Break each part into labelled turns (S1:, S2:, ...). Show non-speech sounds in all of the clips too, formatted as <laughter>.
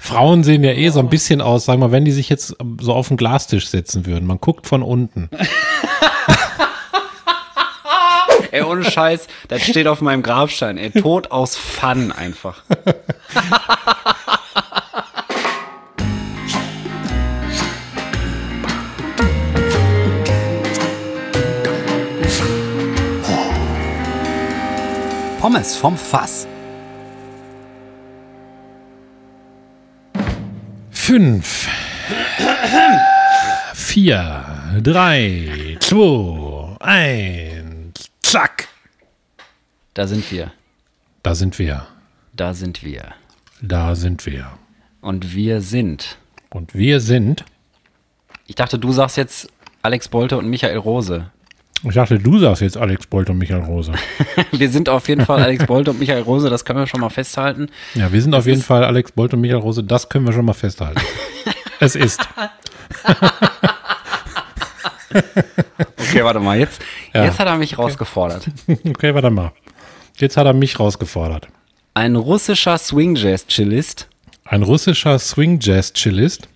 S1: Frauen sehen ja eh so ein bisschen aus, sagen wir, wenn die sich jetzt so auf den Glastisch setzen würden. Man guckt von unten.
S2: Ey, ohne Scheiß, das steht auf meinem Grabstein. Ey, Tod aus Fun einfach. Pommes vom Fass.
S1: Fünf, vier, drei, zwei, eins, zack.
S2: Da sind wir.
S1: Da sind wir.
S2: Da sind wir.
S1: Da sind wir.
S2: Und wir sind.
S1: Und wir sind.
S2: Ich dachte, du sagst jetzt Alex Bolte und Michael Rose. <laughs>
S1: Ich dachte, du sagst jetzt Alex Bolt und Michael Rose.
S2: Wir sind auf jeden Fall Alex Bolte und Michael Rose, das können wir schon mal festhalten.
S1: Ja, wir sind auf jeden Fall Alex Bolt und Michael Rose, das können wir schon mal festhalten. es ist.
S2: Okay, warte mal, jetzt,
S1: Ja.
S2: jetzt hat er mich rausgefordert.
S1: Okay, warte mal. Jetzt hat er mich rausgefordert.
S2: Ein russischer Swing-Jazz-Chillist
S1: Ein russischer Swing-Jazz-Chillist.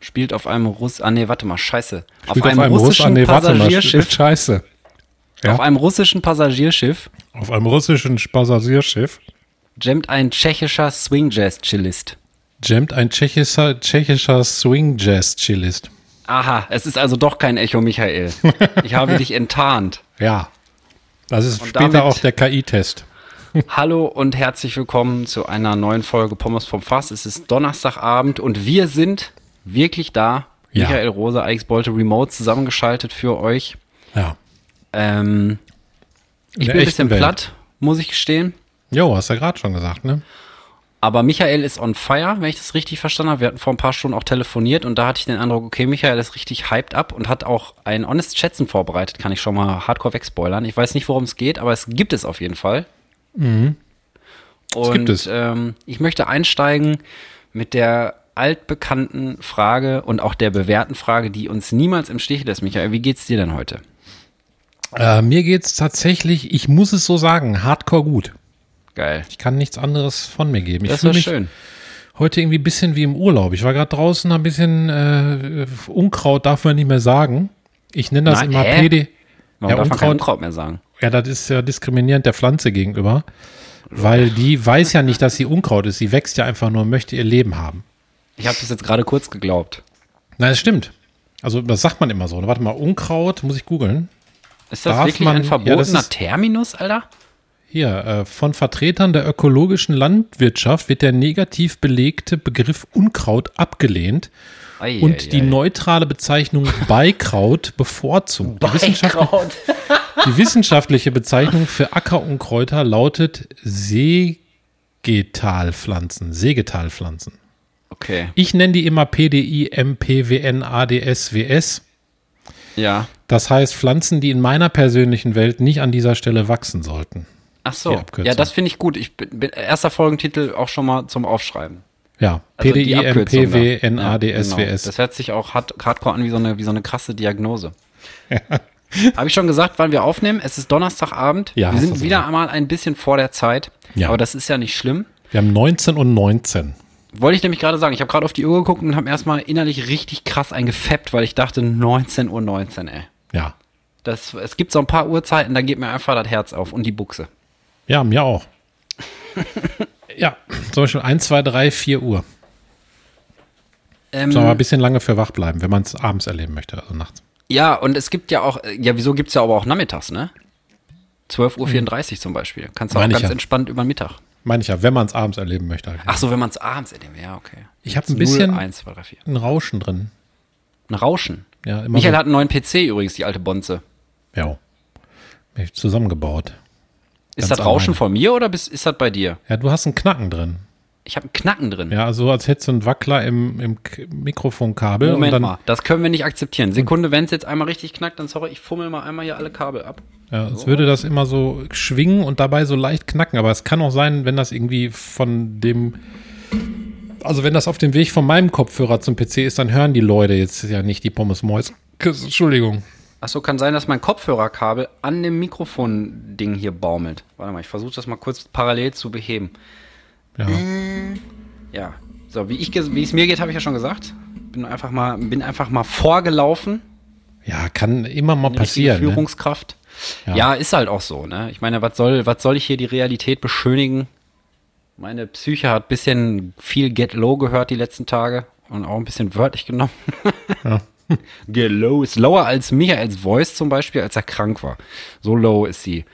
S2: spielt auf einem Russ... Ah, nee, warte mal, scheiße. Auf
S1: spielt
S2: einem,
S1: Russ-
S2: russischen
S1: Ah, nee, warte mal,
S2: Passagierschiff.
S1: shit, scheiße. ja.
S2: Auf einem russischen Passagierschiff
S1: Auf einem russischen Passagierschiff
S2: jammt ein tschechischer Swing-Jazz-Chillist.
S1: jammt ein tschechischer, tschechischer Swing-Jazz-Chillist.
S2: Aha, es ist also doch kein Echo, Michael.
S1: <laughs>
S2: Ich habe dich enttarnt.
S1: Ja. Das ist
S2: Und
S1: später
S2: damit-
S1: auch der KI-Test.
S2: Hallo und herzlich willkommen zu einer neuen Folge Pommes vom Fass. Es ist Donnerstagabend und wir sind wirklich da.
S1: Ja.
S2: Michael Rosa, Alex Bolte, remote zusammengeschaltet für euch.
S1: Ja.
S2: Ähm, ich
S1: der
S2: bin
S1: echten
S2: ein bisschen
S1: Welt.
S2: platt, muss ich gestehen.
S1: Jo, hast du ja gerade schon gesagt, ne?
S2: Aber Michael ist on fire, wenn ich das richtig verstanden habe. Wir hatten vor ein paar Stunden auch telefoniert und da hatte ich den Eindruck, okay, Michael ist richtig hyped up und hat auch ein Honest Schätzen vorbereitet, kann ich schon mal hardcore wegspoilern. Ich weiß nicht, worum es geht, aber es gibt es auf jeden Fall. Mhm. Und
S1: gibt es.
S2: Ähm, ich möchte einsteigen mit der altbekannten Frage und auch der bewährten Frage, die uns niemals im Stich lässt. Michael, wie geht's dir denn heute?
S1: Äh, mir geht's tatsächlich, ich muss es so sagen, hardcore gut.
S2: Geil.
S1: Ich kann nichts anderes von mir geben. Ich
S2: Das
S1: fühl
S2: war
S1: mich
S2: schön.
S1: heute irgendwie ein bisschen wie im Urlaub. Ich war gerade draußen, hab ein bisschen äh, Unkraut darf man nicht mehr sagen. Ich nenne das
S2: Nein,
S1: immer
S2: hä?
S1: PD.
S2: Man
S1: Ja,
S2: darf man kein
S1: Unkraut-
S2: Unkraut mehr sagen.
S1: Ja, das ist ja diskriminierend der Pflanze gegenüber, weil die weiß ja nicht, dass sie Unkraut ist. Sie wächst ja einfach nur und möchte ihr Leben haben.
S2: Ich habe das jetzt gerade kurz geglaubt.
S1: Nein, das stimmt. Also, das sagt man immer so. Warte mal, Unkraut, muss ich googeln.
S2: Ist das
S1: Darf
S2: wirklich
S1: man-
S2: ein
S1: ja, das
S2: verbotener
S1: ist-
S2: Terminus, Alter?
S1: Hier, äh, von Vertretern der ökologischen Landwirtschaft wird der negativ belegte Begriff Unkraut abgelehnt
S2: Ei,
S1: und
S2: ei,
S1: die
S2: ei.
S1: neutrale
S2: <laughs>
S1: Bezeichnung Beikraut bevorzugt. Die, Wissenschaft
S2: Kraut.
S1: die wissenschaftliche Bezeichnung für Ackerunkräuter lautet Segetalpflanzen. Segetalpflanzen.
S2: Okay,
S1: Ich nenne die immer PDI, MPWN, ADSWS.
S2: ja.
S1: Das heißt Pflanzen, die in meiner persönlichen Welt nicht an dieser Stelle wachsen sollten.
S2: Ach
S1: Die
S2: so.
S1: Abkürzung.
S2: Ja, das finde ich gut. Ich bin, bin erster Folgentitel auch schon mal zum Aufschreiben.
S1: Ja,
S2: Also die
S1: PDI,
S2: Abkürzung da.
S1: MPWN,
S2: Ja, genau.
S1: ADSWS.
S2: Das hört sich auch hard, hardcore an wie so eine, wie so eine
S1: <laughs>
S2: krasse Diagnose. Habe ich schon gesagt, wann wir aufnehmen? Es ist Donnerstagabend.
S1: Ja,
S2: wir
S1: hast
S2: sind
S1: du
S2: wieder einmal ein bisschen vor der Zeit.
S1: Ja.
S2: Aber das ist ja nicht schlimm.
S1: Wir haben 19 und 19.
S2: Wollte ich nämlich gerade sagen, ich habe gerade auf die Uhr geguckt und habe erstmal innerlich richtig krass eingefappt, weil ich dachte 19.19 Uhr, 19, ey.
S1: Ja.
S2: Das, es gibt so ein paar Uhrzeiten, da geht mir einfach das Herz auf und die Buchse.
S1: Ja, mir auch.
S2: <laughs>
S1: ja, zum Beispiel 1, 2, 3, 4 Uhr.
S2: Ähm,
S1: Soll man ein bisschen lange für wach bleiben, wenn man es abends erleben möchte, also nachts.
S2: ja, und es gibt ja auch, äh, ja, wieso gibt es ja aber auch nachmittags, ne? 12.34 Uhr zum Beispiel. Kannst du auch
S1: Hm. Meine ich
S2: ganz
S1: ja.
S2: entspannt über den Mittag.
S1: Meine ich ja, wenn man es abends erleben möchte. Halt.
S2: Ach so, wenn man es abends in dem, ja, okay.
S1: Ich habe ein bisschen
S2: 0, 1, 2, 3, 4.
S1: ein Rauschen drin.
S2: Ein Rauschen.
S1: Ja, immer
S2: Michael
S1: so.
S2: hat einen neuen PC übrigens, die alte Bonze.
S1: Ja. Bin ich zusammengebaut.
S2: Ist
S1: Ganz
S2: das Rauschen
S1: alleine.
S2: von mir oder bist, ist das bei dir?
S1: Ja, du hast einen Knacken drin.
S2: Ich habe einen Knacken drin.
S1: Ja, so als hättest du einen Wackler im, im K- Mikrofonkabel. und
S2: Moment
S1: dann, Hm.
S2: mal, das können wir nicht akzeptieren. Sekunde, wenn es jetzt einmal richtig knackt, dann sorry, ich fummel mal einmal hier alle Kabel ab.
S1: Ja, es würde das immer so schwingen und dabei so leicht knacken. Aber es kann auch sein, wenn das irgendwie von dem. Also, wenn das auf dem Weg von meinem Kopfhörer zum PC ist, dann hören die Leute jetzt ja nicht die Pommes Mois. Entschuldigung.
S2: Achso, kann sein, dass mein Kopfhörerkabel an dem Mikrofon-Ding hier baumelt. Warte mal, ich versuche das mal kurz parallel zu beheben.
S1: Ja.
S2: Äh. Ja, So, wie ich ge- wie es mir geht, habe ich ja schon gesagt. Bin einfach mal, bin einfach mal vorgelaufen.
S1: Ja, kann immer mal
S2: Eine richtige
S1: passieren. Ne?
S2: Führungskraft.
S1: Ja.
S2: Ja. ist halt auch so, ne? Ich meine, was soll, was soll ich hier die Realität beschönigen? Meine Psyche hat ein bisschen viel Get Low gehört die letzten Tage und auch ein bisschen wörtlich genommen. <laughs> Get Low ist lower als Michaels Voice zum Beispiel, als er krank war. So low ist die,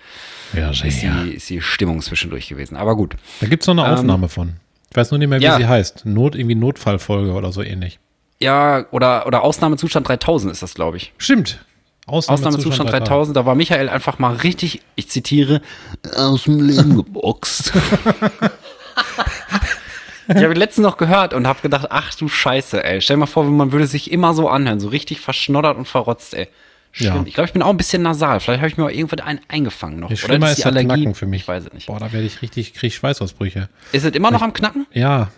S1: Ja,
S2: ist
S1: sicher.
S2: die, ist die Stimmung zwischendurch gewesen. Aber gut.
S1: Da gibt es noch eine Aufnahme von. Ich weiß nur nicht mehr, wie
S2: ja.
S1: sie heißt. Not, irgendwie Notfallfolge oder so ähnlich.
S2: Ja, oder, oder Ausnahmezustand 3000 ist das, glaube ich.
S1: Stimmt.
S2: Ausnahmezustand 3000, da war Michael einfach mal richtig, ich zitiere, aus dem Leben geboxt. <laughs> ich habe ihn letztens noch gehört und habe gedacht, ach du Scheiße, ey. Stell dir mal vor, man würde sich immer so anhören, so richtig verschnoddert und verrotzt, ey. Schlimm.
S1: Ja.
S2: Ich glaube, ich bin auch ein bisschen nasal. Vielleicht habe ich mir auch irgendwann einen eingefangen noch.
S1: Ja, Schlimmer ist das Knacken für mich.
S2: Ich weiß es nicht.
S1: Boah, da werde ich richtig, kriege ich Schweißausbrüche.
S2: Ist es immer noch am Knacken?
S1: Ja.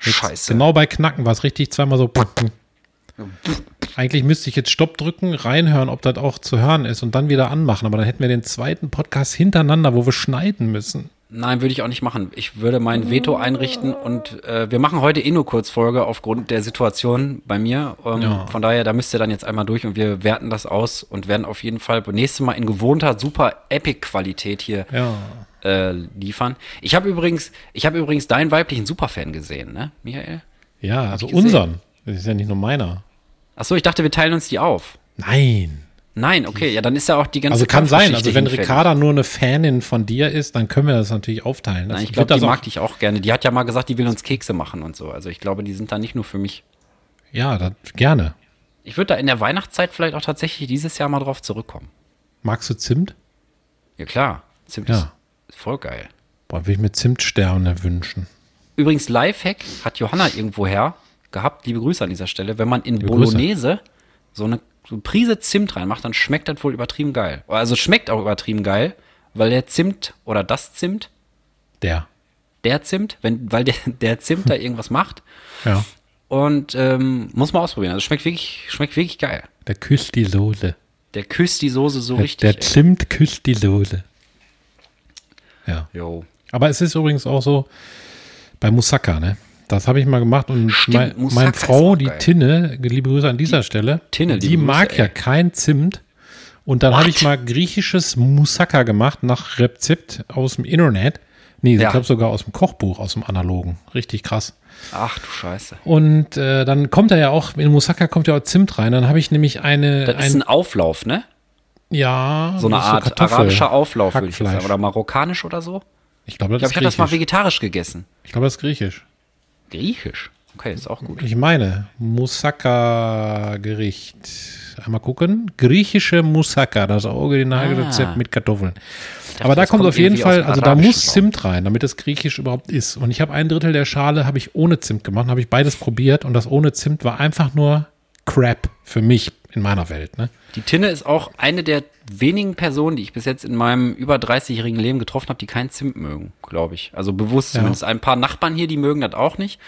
S1: Jetzt
S2: Scheiße.
S1: Genau bei Knacken war es richtig zweimal so. Eigentlich müsste ich jetzt Stopp drücken, reinhören, ob das auch zu hören ist und dann wieder anmachen. Aber dann hätten wir den zweiten Podcast hintereinander, wo wir schneiden müssen.
S2: Nein, würde ich auch nicht machen. Ich würde mein Veto einrichten und äh, wir machen heute eh nur Kurzfolge aufgrund der Situation bei mir. Ähm, Von daher, da müsst ihr dann jetzt einmal durch und wir werten das aus und werden auf jeden Fall beim nächsten Mal in gewohnter, super Epic-Qualität hier
S1: Ja.
S2: äh, liefern. Ich habe übrigens, ich habe übrigens deinen weiblichen Superfan gesehen, ne, Michael?
S1: Ja, also
S2: ich gesehen.
S1: unseren. Das ist ja nicht nur meiner.
S2: Achso, ich dachte, wir teilen uns die auf.
S1: Nein.
S2: Nein, okay, ja, dann ist ja auch die ganze
S1: Also kann sein.
S2: Kampfgeschichte
S1: Also wenn
S2: hinfällig.
S1: Ricarda nur eine Fanin von dir ist, dann können wir das natürlich aufteilen. Das
S2: Nein, ich
S1: wird
S2: glaube, die
S1: das auch-
S2: mag dich auch gerne. Die hat ja mal gesagt, die will uns Kekse machen und so. Also ich glaube, die sind da nicht nur für mich.
S1: Ja, das, gerne.
S2: Ich würde da in der Weihnachtszeit vielleicht auch tatsächlich dieses Jahr mal drauf zurückkommen.
S1: Magst du Zimt?
S2: Ja klar, Zimt
S1: Ja.
S2: ist voll geil.
S1: Boah, will ich mir Zimtsterne wünschen.
S2: Übrigens, Lifehack hat Johanna irgendwoher gehabt, liebe Grüße an dieser Stelle, wenn man in
S1: Grüße.
S2: Bolognese so eine, so eine Prise Zimt reinmacht, dann schmeckt das wohl übertrieben geil. Also schmeckt auch übertrieben geil, weil der Zimt oder das Zimt,
S1: Der.
S2: der Zimt, wenn, weil der, <laughs> der Zimt da irgendwas macht
S1: Ja.
S2: und ähm, muss man ausprobieren. Also schmeckt wirklich, schmeckt wirklich geil.
S1: Der küsst die Sohle.
S2: Der küsst die Soße so
S1: Der,
S2: richtig.
S1: der Zimt küsst die Sohle. Ja.
S2: ey. Jo.
S1: Aber es ist übrigens auch so bei Moussaka, ne? Das habe ich mal gemacht und
S2: Stimmt,
S1: mein,
S2: Moussaka
S1: meine
S2: ist
S1: Frau,
S2: auch
S1: die
S2: geil.
S1: Tinne, liebe Grüße an dieser Stelle,
S2: Tinne, liebe
S1: die mag
S2: Grüße,
S1: ja
S2: ey.
S1: kein Zimt. Und dann habe ich
S2: What?
S1: mal griechisches Moussaka gemacht nach Rezept aus dem Internet. Nee,
S2: Ja.
S1: ich glaube sogar aus dem Kochbuch, aus dem analogen. Richtig krass.
S2: Ach du Scheiße.
S1: Und äh, dann kommt er ja auch, in Moussaka kommt ja auch Zimt rein. Dann habe ich nämlich eine,
S2: Das ist ein Auflauf, ne?
S1: ja,
S2: So eine
S1: das ist
S2: Art
S1: Kartoffel-
S2: arabischer Auflauf, würde ich jetzt
S1: Hackfleisch.
S2: sagen. Oder marokkanisch oder so.
S1: Ich glaube,
S2: Ich glaube,
S1: das
S2: ich
S1: ist
S2: habe das mal
S1: griechisch.
S2: vegetarisch gegessen.
S1: Ich glaube, das ist griechisch.
S2: Griechisch. Okay, ist auch gut.
S1: Ich meine, Moussaka-Gericht. Einmal gucken. Griechische Moussaka, das Originalrezept
S2: Ah.
S1: mit Kartoffeln. Aber da
S2: das
S1: kommt
S2: kommt
S1: auf jeden
S2: irgendwie aus
S1: Fall,
S2: dem
S1: also da
S2: Arabischen
S1: muss Zimt rein, damit es griechisch überhaupt ist. Und ich habe ein Drittel der Schale habe ich ohne Zimt gemacht, habe ich beides probiert und das ohne Zimt war einfach nur Crap für mich in meiner Welt. Ne?
S2: Die Tinne ist auch eine der wenigen Personen, die ich bis jetzt in meinem über 30-jährigen Leben getroffen habe, die keinen Zimt mögen, glaube ich. Also bewusst zumindest ein paar Nachbarn hier, die mögen das auch nicht.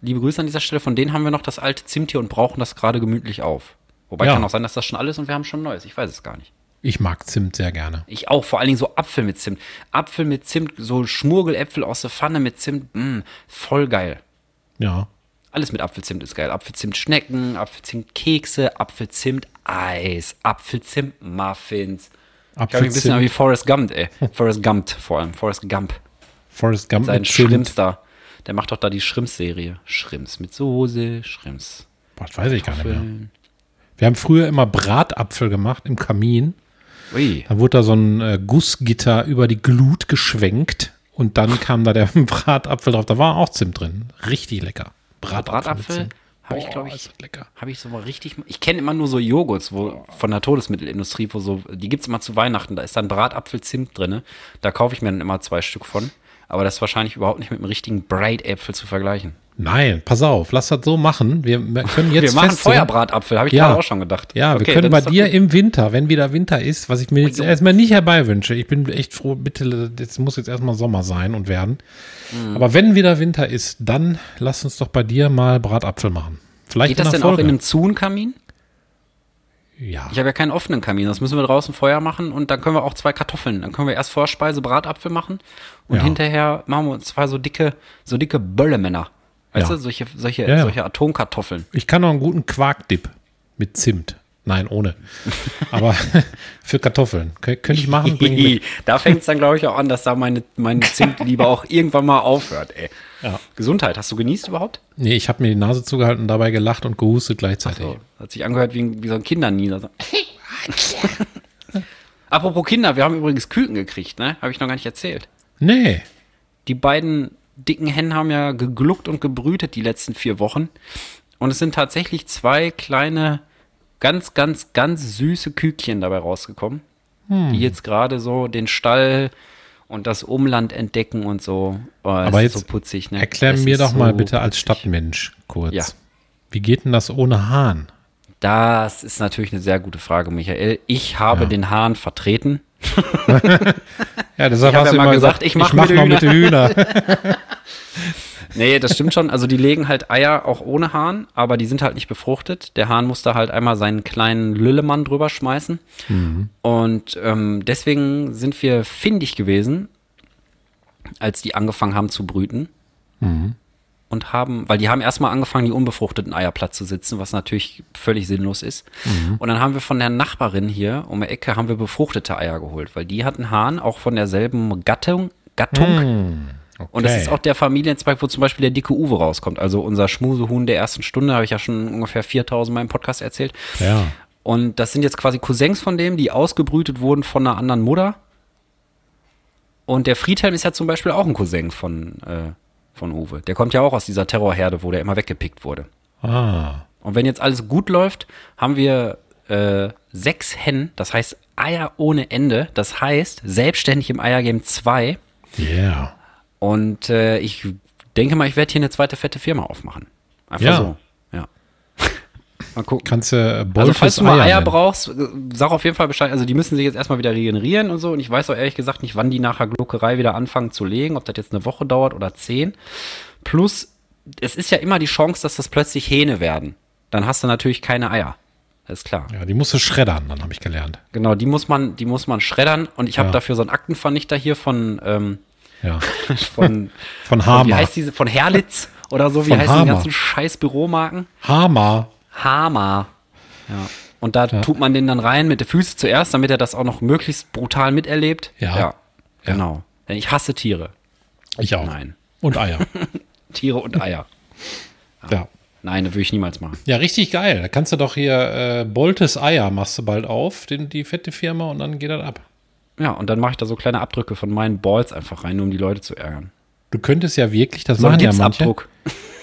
S2: Liebe Grüße an dieser Stelle, von denen haben wir noch das alte Zimt hier und brauchen das gerade gemütlich auf. Wobei
S1: Ja.
S2: kann auch sein, dass das schon alles und wir haben schon Neues. Ich weiß es gar nicht.
S1: Ich mag Zimt sehr gerne.
S2: Ich auch, vor allen Dingen so Apfel mit Zimt. Apfel mit Zimt, so Schmurgeläpfel aus der Pfanne mit Zimt, mh, voll geil.
S1: Ja.
S2: Alles mit Apfelzimt ist geil. Apfelzimt-Schnecken, Apfelzimt-Kekse, Apfelzimt-Eis, Apfelzimt-Muffins. Ich habe mich ein bisschen an
S1: Apfelzimt,
S2: wie Forrest Gump, ey. Forrest Gump vor allem. Forrest Gump.
S1: Forrest Gump
S2: Sein
S1: mit Zimt.
S2: Schrimps da. Der macht doch da die Schrimps-Serie. Schrimps mit Soße, Schrimps.
S1: Boah, das weiß ich gar nicht mehr. Wir haben früher immer Bratapfel gemacht im Kamin.
S2: Ui.
S1: Da wurde da so ein äh, Gussgitter über die Glut geschwenkt und dann kam da der <laughs> Bratapfel drauf. Da war auch Zimt drin. Richtig lecker. mit
S2: Bratapfel
S1: Zimt.
S2: habe ich,
S1: Boah, also
S2: glaube
S1: ist
S2: ich,
S1: das lecker.
S2: habe ich so mal richtig. Ich kenne immer nur so Joghurts wo, von der Todesmittelindustrie, wo so, die gibt es immer zu Weihnachten, da ist dann Bratapfelzimt drin. ne? Da kaufe ich mir dann immer zwei Stück von. Aber das ist wahrscheinlich überhaupt nicht mit dem richtigen Bratäpfel zu vergleichen.
S1: Nein, pass auf, lass das so machen. Wir m- können jetzt
S2: Wir machen
S1: festsehen-
S2: Feuerbratapfel, habe ich
S1: Ja.
S2: gerade auch schon gedacht.
S1: Ja, wir
S2: Okay,
S1: können
S2: dann
S1: bei
S2: ist doch
S1: dir
S2: gut. Oh
S1: im Winter, wenn wieder Winter ist, was ich mir jetzt erstmal nicht herbeiwünsche. Ich bin echt froh, bitte, jetzt muss jetzt erstmal Sommer sein und werden.
S2: Mhm.
S1: Aber wenn wieder Winter ist, dann lass uns doch bei dir mal Bratapfel machen. Vielleicht
S2: Geht das
S1: in der
S2: denn auch in
S1: Folge.
S2: einem Zuhnkamin?
S1: ja.
S2: Ich habe ja keinen offenen Kamin, sonst müssen wir draußen Feuer machen und dann können wir auch zwei Kartoffeln. Dann können wir erst Vorspeise Bratapfel machen und
S1: Ja.
S2: hinterher machen wir uns zwei so dicke, so dicke Böllemänner. Weißt
S1: Ja.
S2: du, solche, solche,
S1: Ja, ja.
S2: solche Atomkartoffeln.
S1: Ich kann noch einen guten Quarkdip mit Zimt. Nein,
S2: <laughs>
S1: ohne. Aber <laughs> für Kartoffeln. Kö- Könnte ich machen, <laughs> bring
S2: <laughs>
S1: ich mit.
S2: da fängt es dann, glaube ich, auch an, dass da meine,
S1: <laughs>
S2: meine Zimtliebe auch irgendwann mal aufhört, ey.
S1: Ja.
S2: Gesundheit, hast du genießt überhaupt?
S1: Nee, ich habe mir die Nase zugehalten und dabei gelacht und gehustet gleichzeitig.
S2: So, hat sich angehört wie, ein- wie so ein Kindernieser.
S1: <laughs>
S2: <laughs> So. Apropos Kinder, wir haben übrigens Küken gekriegt, ne? Habe ich noch gar nicht erzählt.
S1: Nee.
S2: Die beiden dicken Hennen haben ja gegluckt und gebrütet die letzten vier Wochen. Und es sind tatsächlich zwei kleine, ganz, ganz, ganz süße Kükchen dabei rausgekommen,
S1: Hm.
S2: die jetzt gerade so den Stall und das Umland entdecken und so. Oh, es
S1: Aber
S2: ist
S1: jetzt
S2: so putzig, ne?
S1: Erklär
S2: Es
S1: mir
S2: ist
S1: doch mal
S2: so
S1: bitte als
S2: putzig.
S1: Stadtmensch kurz.
S2: Ja.
S1: Wie geht denn das ohne Hahn?
S2: Das ist natürlich eine sehr gute Frage, Michael. Ich habe den Hahn vertreten.
S1: Ja, deshalb
S2: hab
S1: hast
S2: ja
S1: du
S2: mal
S1: immer
S2: gesagt, ich mach mit
S1: noch
S2: den
S1: mit den Hühner.
S2: Nee, das stimmt schon. Also die legen halt Eier auch ohne Hahn, aber die sind halt nicht befruchtet. Der Hahn muss da halt einmal seinen kleinen Lüllemann drüber schmeißen. Und ähm, deswegen sind wir findig gewesen, als die angefangen haben zu brüten. Und haben, weil die haben erstmal angefangen, die unbefruchteten Eier platt zu sitzen, was natürlich völlig sinnlos ist. Und dann haben wir von der Nachbarin hier um die Ecke haben wir befruchtete Eier geholt, weil die hatten Hahn auch von derselben Gattung, Gattung <laughs> und das
S1: Okay.
S2: ist auch der Familienzweig, wo zum Beispiel der dicke Uwe rauskommt. Also unser Schmusehuhn der ersten Stunde, habe ich ja schon ungefähr 4000 Mal im Podcast erzählt.
S1: ja.
S2: Und das sind jetzt quasi Cousins von dem, die ausgebrütet wurden von einer anderen Mutter. Und der Friedhelm ist ja zum Beispiel auch ein Cousin von, äh, von Uwe. Der kommt ja auch aus dieser Terrorherde, wo der immer weggepickt wurde.
S1: Ah.
S2: Und wenn jetzt alles gut läuft, haben wir äh, sechs Hennen, das heißt Eier ohne Ende. Das heißt, selbstständig im Eiergame 2
S1: Yeah.
S2: und äh, ich denke mal, ich werde hier eine zweite fette Firma aufmachen. Einfach
S1: Ja.
S2: so. Ja. <laughs> mal gucken.
S1: Kannst du äh, Bolfes
S2: Also falls du mal Eier
S1: nennen.
S2: brauchst, äh, sag auf jeden Fall Bescheid. Also die müssen sich jetzt erstmal wieder regenerieren und so. Und ich weiß auch ehrlich gesagt nicht, wann die nachher Gluckerei wieder anfangen zu legen, ob das jetzt eine Woche dauert oder zehn. Plus, es ist ja immer die Chance, dass das plötzlich Hähne werden. Dann hast du natürlich keine Eier. Das ist klar.
S1: Ja, die musst du schreddern, dann habe ich gelernt.
S2: Genau, die muss man, die muss man schreddern. Und ich habe
S1: Ja.
S2: dafür so einen Aktenvernichter hier von, ähm,
S1: Ja. <laughs>
S2: von
S1: Von
S2: Wie
S1: Hama.
S2: heißt diese? Von Herlitz oder so? Wie
S1: Von
S2: heißen die
S1: Hama.
S2: ganzen scheiß Büromarken?
S1: Hama.
S2: Hama. Ja. Und da tut man den dann rein mit den Füßen zuerst, damit er das auch noch möglichst brutal miterlebt.
S1: Ja.
S2: ja.
S1: Ja.
S2: Genau. Denn ich hasse Tiere.
S1: Ich auch.
S2: Nein.
S1: Und
S2: <laughs>
S1: Eier. <laughs>
S2: Tiere und Eier.
S1: ja.
S2: Nein, das würde ich niemals machen.
S1: Ja, richtig geil. Da kannst du doch hier äh, Boltes Eier machst du bald auf, den, die fette Firma und dann geht das ab.
S2: Ja, und dann mache ich da so kleine Abdrücke von meinen Balls einfach rein, nur um die Leute zu ärgern.
S1: Du könntest ja wirklich, das
S2: So ein
S1: machen ja manche.
S2: Gipsabdruck.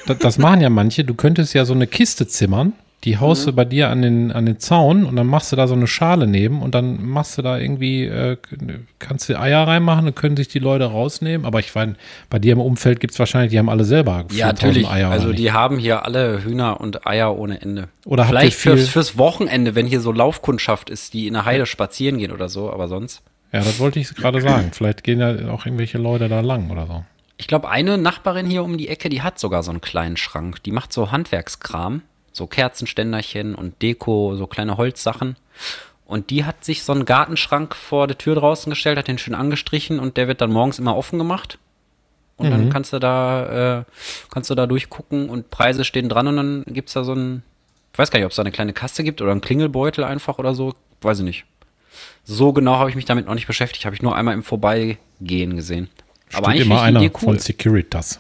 S1: Das, das machen ja manche. Du könntest ja so eine Kiste zimmern, die haust
S2: Mhm.
S1: du bei dir an den, an den Zaun und dann machst du da so eine Schale neben und dann machst du da irgendwie, äh, kannst du Eier reinmachen und können sich die Leute rausnehmen. Aber ich meine, bei dir im Umfeld gibt es wahrscheinlich, die haben alle selber 4000
S2: Ja, natürlich.
S1: Eier.
S2: also
S1: oder nicht?
S2: die haben hier alle Hühner und Eier ohne Ende.
S1: Oder habt ihr
S2: Vielleicht
S1: viel-
S2: fürs, fürs Wochenende, wenn hier so Laufkundschaft ist, die in der Heide spazieren gehen oder so, aber sonst.
S1: ja, das wollte ich gerade sagen. Vielleicht gehen ja auch irgendwelche Leute da lang oder so.
S2: Ich glaube, eine Nachbarin hier um die Ecke, die hat sogar so einen kleinen Schrank. Die macht so Handwerkskram, so Kerzenständerchen und Deko, so kleine Holzsachen. Und die hat sich so einen Gartenschrank vor der Tür draußen gestellt, hat den schön angestrichen und der wird dann morgens immer offen gemacht. Und
S1: Mhm.
S2: dann kannst du da, äh, kannst du da durchgucken und Preise stehen dran und dann gibt's da so einen, ich weiß gar nicht, ob es da eine kleine Kasse gibt oder einen Klingelbeutel einfach oder so, weiß ich nicht. So genau habe ich mich damit noch nicht beschäftigt, habe ich nur einmal im Vorbeigehen gesehen. Aber
S1: Steht
S2: eigentlich
S1: immer einer
S2: finde ich die cool.
S1: von Securitas.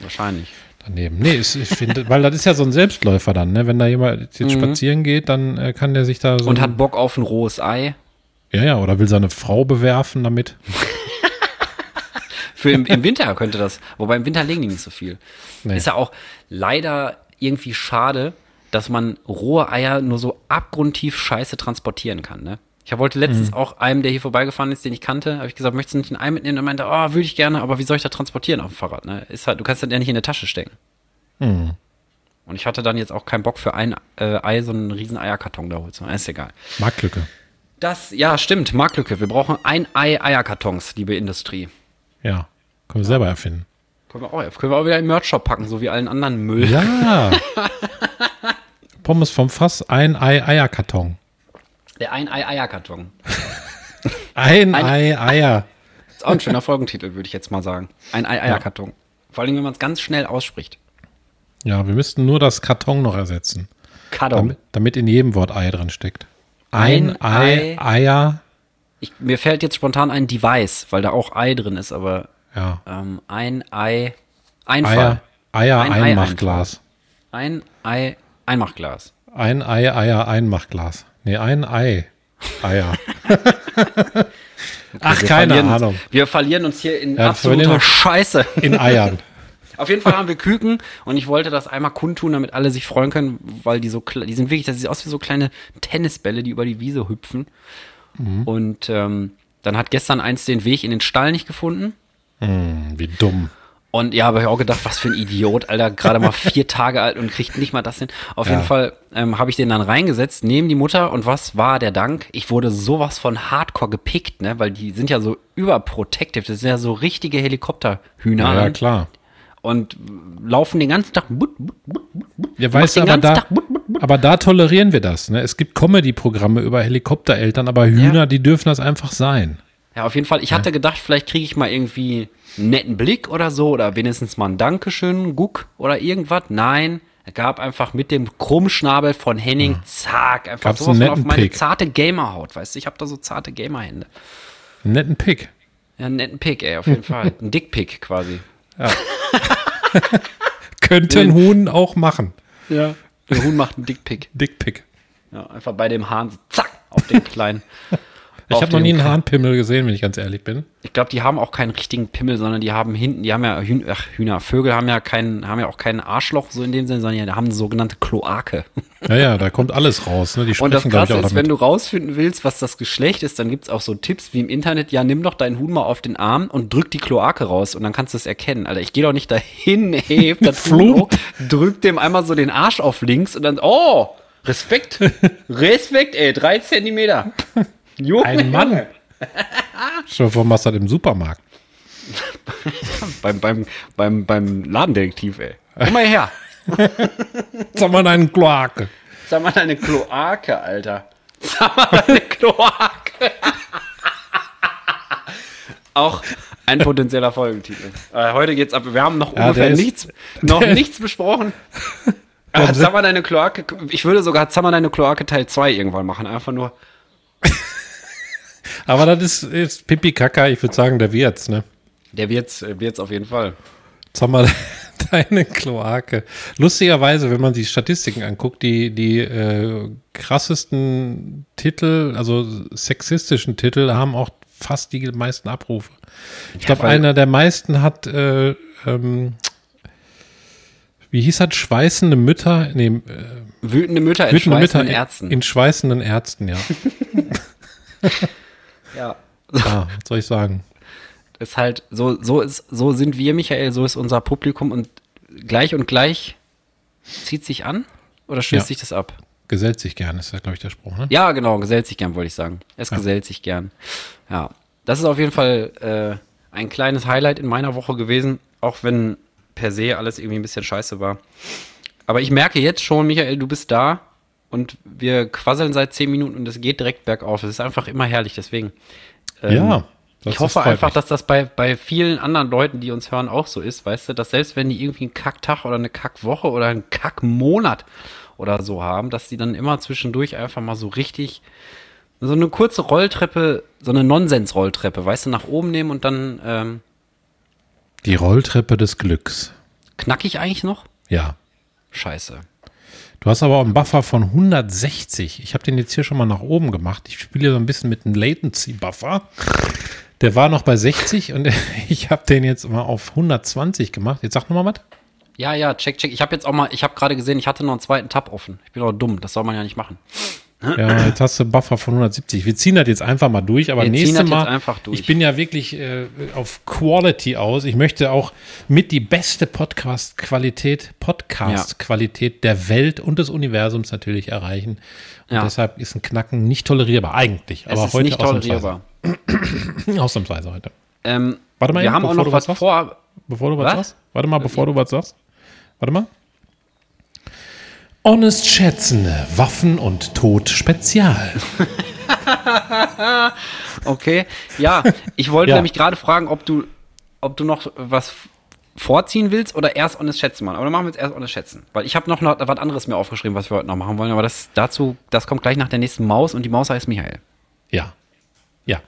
S2: Wahrscheinlich.
S1: Daneben. Nee, ist, ich finde, <laughs> weil das ist ja so ein Selbstläufer dann, ne? Wenn da jemand jetzt spazieren geht, dann äh, kann der sich da so.
S2: Mhm. Und hat Bock auf ein rohes Ei.
S1: ja, ja, oder will seine Frau bewerfen damit.
S2: Für im, im Winter könnte das. Wobei im Winter legen die nicht so viel.
S1: Nee.
S2: Ist ja auch leider irgendwie schade, dass man rohe Eier nur so abgrundtief scheiße transportieren kann, ne? Ich wollte letztens auch einem, der hier vorbeigefahren ist, den ich kannte, habe ich gesagt, möchtest du nicht ein Ei mitnehmen? Und meinte, oh, würde ich gerne, aber wie soll ich das transportieren auf dem Fahrrad? Ne? Ist halt, du kannst das ja nicht in der Tasche stecken. Und ich hatte dann jetzt auch keinen Bock für ein äh, Ei, so einen riesen Eierkarton da holen. Ist egal.
S1: Marktlücke.
S2: Das, ja, stimmt, Marktlücke. Wir brauchen ein Ei Eierkartons, liebe Industrie.
S1: Ja. Können wir selber erfinden.
S2: Können wir auch, können wir auch wieder in den Merch-Shop packen, so wie allen anderen Müll.
S1: Ja. Pommes vom Fass, ein Ei, Eierkarton.
S2: Der ein Ei Eierkarton.
S1: Ein, Ei, Eier.
S2: Ist auch ein schöner Folgentitel, würde ich jetzt mal sagen. Ein Ei Eierkarton. Vor allem, wenn man es ganz schnell ausspricht.
S1: Ja, wir müssten nur das Karton noch ersetzen.
S2: Karton.
S1: Damit, damit in jedem Wort Ei drin steckt.
S2: Ein
S1: Ein, Ei,
S2: Ei.
S1: Eier.
S2: Ich, mir fällt jetzt spontan ein Device, weil da auch Ei drin ist, aber
S1: Ja.
S2: ähm, ein Ei, Einfall.
S1: Eier, Eier,
S2: Ein Ei,
S1: Einmachglas.
S2: Ein Ei, Einmachglas.
S1: Ein Ei, Eier, Einmachglas. Nee, ein Ei. Eier. Ach,
S2: Wir
S1: keine
S2: verlieren uns-
S1: Ahnung.
S2: Wir verlieren uns hier in
S1: wir verlieren
S2: absoluter
S1: uns-
S2: Scheiße.
S1: In Eiern.
S2: Auf jeden Fall haben wir Küken und ich wollte das einmal kundtun, damit alle sich freuen können, weil die so kle- die sind wirklich, das sieht aus wie so kleine Tennisbälle, die über die Wiese hüpfen.
S1: Mhm.
S2: Und ähm, dann hat gestern eins den Weg in den Stall nicht gefunden.
S1: Hm, wie dumm.
S2: Und ja, habe ich auch gedacht, was für ein Idiot, Alter, gerade mal vier Tage alt und kriegt nicht mal das hin. Auf jeden Fall ähm, habe ich den dann reingesetzt, neben die Mutter und was war der Dank? Ich wurde sowas von hardcore gepickt, ne? Weil die sind ja so überprotective, das sind ja so richtige Helikopterhühner
S1: Ja,
S2: ne?
S1: klar.
S2: und laufen den ganzen Tag. But, but, but,
S1: Ja, weißt du,
S2: den
S1: aber da,
S2: ganzen Tag but, but,
S1: aber da tolerieren wir das. Ne? Es gibt Comedy-Programme über Helikoptereltern, aber Hühner,
S2: Ja.
S1: die dürfen das einfach sein.
S2: Ja, auf jeden Fall. Ich hatte gedacht, vielleicht kriege ich mal irgendwie einen netten Blick oder so oder wenigstens mal ein Dankeschön, Guck oder irgendwas. Nein, er gab einfach mit dem Krummschnabel von Henning, zack, einfach
S1: Hm. Gab's
S2: sowas
S1: einen
S2: von auf
S1: netten
S2: meine
S1: Pick?
S2: zarte Gamerhaut, weißt du? Ich habe da so zarte Gamerhände.
S1: Einen netten Pick.
S2: Ja, einen netten Pick, ey, auf
S1: <laughs>
S2: jeden Fall. Ein Dickpick quasi.
S1: Könnte ein Huhn auch machen.
S2: Ja. Der Huhn macht einen Dickpick.
S1: Dickpick.
S2: Ja, einfach bei dem Hahn, so, zack, auf den kleinen.
S1: <laughs> Ich
S2: auf
S1: habe noch
S2: den
S1: nie einen
S2: kleinen.
S1: Hahnpimmel gesehen, wenn ich ganz ehrlich bin.
S2: Ich glaube, die haben auch keinen richtigen Pimmel, sondern die haben hinten, die haben ja Hühn, ach, Hühner, Vögel haben ja keinen, haben ja auch keinen Arschloch so in dem Sinne, sondern die haben eine sogenannte Kloake.
S1: Ja, ja, da kommt alles raus. Ne? Die
S2: Und das
S1: sprechen, glaube ich,
S2: Krasse
S1: auch
S2: ist, wenn
S1: damit.
S2: du rausfinden willst, was das Geschlecht ist, dann gibt's auch so Tipps wie im Internet, ja, nimm doch deinen Huhn mal auf den Arm und drück die Kloake raus und dann kannst du es erkennen. Alter, ich gehe doch nicht
S1: <laughs>
S2: dahin, <laughs> heb das Huhn
S1: Flump.
S2: hoch, drück dem einmal so den Arsch auf links und dann, oh,
S1: <laughs>
S2: Respekt, Respekt, ey, drei Zentimeter. Junge,
S1: Ein Mann. Schon vor Massad im Supermarkt.
S2: Beim, beim, beim, beim Ladendetektiv, ey. Komm mal her.
S1: Sag mal einen Kloake.
S2: Sag mal deine Kloake, Alter. Sag <laughs> mal deine Kloake. Auch ein potenzieller Folgentitel. Äh, heute geht's ab. Wir haben noch
S1: Ja,
S2: ungefähr
S1: der ist-
S2: nichts, noch
S1: der ist-
S2: nichts
S1: <laughs>
S2: besprochen. Aber
S1: sind-
S2: sag mal deine Kloake. Ich würde sogar sag mal deine Kloake Teil 2 irgendwann machen. Einfach nur.
S1: Aber das ist, ist Pipi Kaka, ich würde sagen, der wird's, ne?
S2: Der wird's, äh, wird's auf jeden Fall.
S1: Sag mal, <laughs> deine Kloake. Lustigerweise, wenn man die Statistiken anguckt, die, die äh, krassesten Titel, also sexistischen Titel, haben auch fast die meisten Abrufe. Ich glaube,
S2: weil-
S1: einer der meisten hat, äh, ähm, wie hieß das, schweißende Mütter, nee, äh,
S2: Wütende Mütter in
S1: wütende Mütter
S2: schweißenden
S1: in,
S2: Ärzten.
S1: in schweißenden Ärzten,
S2: <laughs>
S1: ja.
S2: ja.
S1: ja. Ah, Was soll ich sagen?
S2: ist halt so so ist so sind wir Michael, so ist unser Publikum und gleich und gleich zieht sich an oder schließt
S1: Ja.
S2: sich das ab?
S1: Gesellt sich gern, ist ja, glaube ich, der Spruch, ne?
S2: Ja, genau, gesellt sich gern, wollte ich sagen. Es gesellt sich gern. Ja, das ist auf jeden Fall äh, ein kleines Highlight in meiner Woche gewesen, auch wenn per se alles irgendwie ein bisschen scheiße war. Aber ich merke jetzt schon, Michael, du bist da und wir quasseln seit zehn Minuten und es geht direkt bergauf. Es ist einfach immer herrlich, deswegen. ähm,
S1: Ja, das-
S2: ich
S1: das
S2: hoffe
S1: freut
S2: einfach,
S1: mich.
S2: dass das bei, bei vielen anderen Leuten, die uns hören, auch so ist, weißt du, dass selbst wenn die irgendwie einen Kacktag oder eine Kackwoche oder einen Kackmonat oder so haben, dass die dann immer zwischendurch einfach mal so richtig so eine kurze Rolltreppe, so eine Nonsens-Rolltreppe, weißt du, nach oben nehmen und dann ähm,
S1: Die Rolltreppe des Glücks.
S2: knack ich eigentlich noch?
S1: Ja.
S2: Scheiße.
S1: Du hast aber auch einen Buffer von 160. Ich habe den jetzt hier schon mal nach oben gemacht. Ich spiele so ein bisschen mit einem Latency-Buffer. Der war noch bei 60 und <laughs> ich habe den jetzt mal auf 120 gemacht. Jetzt sag nochmal was.
S2: Ja, ja, check, check. Ich habe jetzt auch mal, ich habe gerade gesehen, ich hatte noch einen zweiten Tab offen. Ich bin doch dumm, das soll man ja nicht machen.
S1: Ja, jetzt hast du einen Buffer von 170. Wir ziehen das jetzt einfach mal durch, aber
S2: Wir ziehen
S1: nächstes
S2: das jetzt
S1: Mal.
S2: einfach durch.
S1: Ich bin ja wirklich äh, auf Quality aus. Ich möchte auch mit die beste Podcast-Qualität, Podcast-Qualität der Welt und des Universums natürlich erreichen. Und
S2: Ja.
S1: deshalb ist ein Knacken nicht tolerierbar, eigentlich.
S2: Es
S1: aber
S2: ist
S1: heute
S2: nicht tolerierbar.
S1: Ausnahmsweise. Ausnahmsweise heute.
S2: Ähm,
S1: Warte mal
S2: wir
S1: eben,
S2: haben auch
S1: bevor
S2: noch
S1: du was
S2: was
S1: sagst.
S2: vor.
S1: Bevor du was,
S2: Was?
S1: sagst? Warte mal, bevor du was sagst. Warte mal. Honest Schätzen, Waffen und Tod Spezial.
S2: <laughs> Okay, ja, ich wollte
S1: Ja. <laughs>
S2: nämlich gerade fragen, ob du, ob du noch was vorziehen willst oder erst Honest Schätzen machen. Aber dann machen wir jetzt erst Honest Schätzen. Weil ich habe noch, noch was anderes mir aufgeschrieben, was wir heute noch machen wollen. Aber das dazu, das kommt gleich nach der nächsten Maus und die Maus heißt Michael.
S1: Ja. Ja.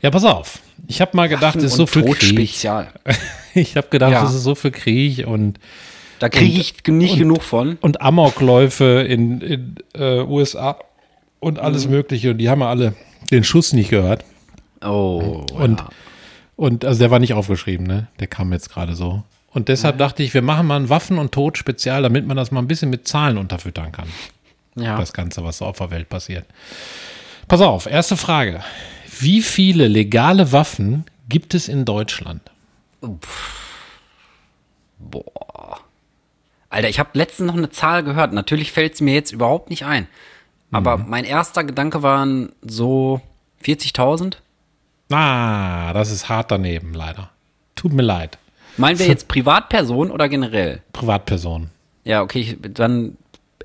S1: Ja, pass auf. Ich habe mal gedacht,
S2: Waffen
S1: es ist
S2: und
S1: so viel
S2: Tod
S1: Krieg.
S2: Spezial.
S1: <laughs> Ich habe gedacht,
S2: Ja.
S1: es ist so viel Krieg und,
S2: Da kriege ich nicht genug von.
S1: und Amokläufe in, in äh, USA und alles
S2: Mhm.
S1: Mögliche. Und die haben ja alle den Schuss nicht gehört.
S2: Oh.
S1: Und, und also der war nicht aufgeschrieben, ne? Der kam jetzt gerade so. Und deshalb dachte ich, wir machen mal ein Waffen- und Tod-Spezial, damit man das mal ein bisschen mit Zahlen unterfüttern kann.
S2: ja.
S1: Das Ganze, was so auf der Welt passiert. Pass auf, erste Frage. Wie viele legale Waffen gibt es in Deutschland?
S2: Alter, ich habe letztens noch eine Zahl gehört. Natürlich fällt es mir jetzt überhaupt nicht ein. Aber
S1: Mhm.
S2: mein erster Gedanke waren so 40.000.
S1: Na, das ist hart daneben, leider. Tut mir leid.
S2: Meinen wir jetzt Privatperson oder generell?
S1: Privatperson.
S2: Ja, okay, ich, dann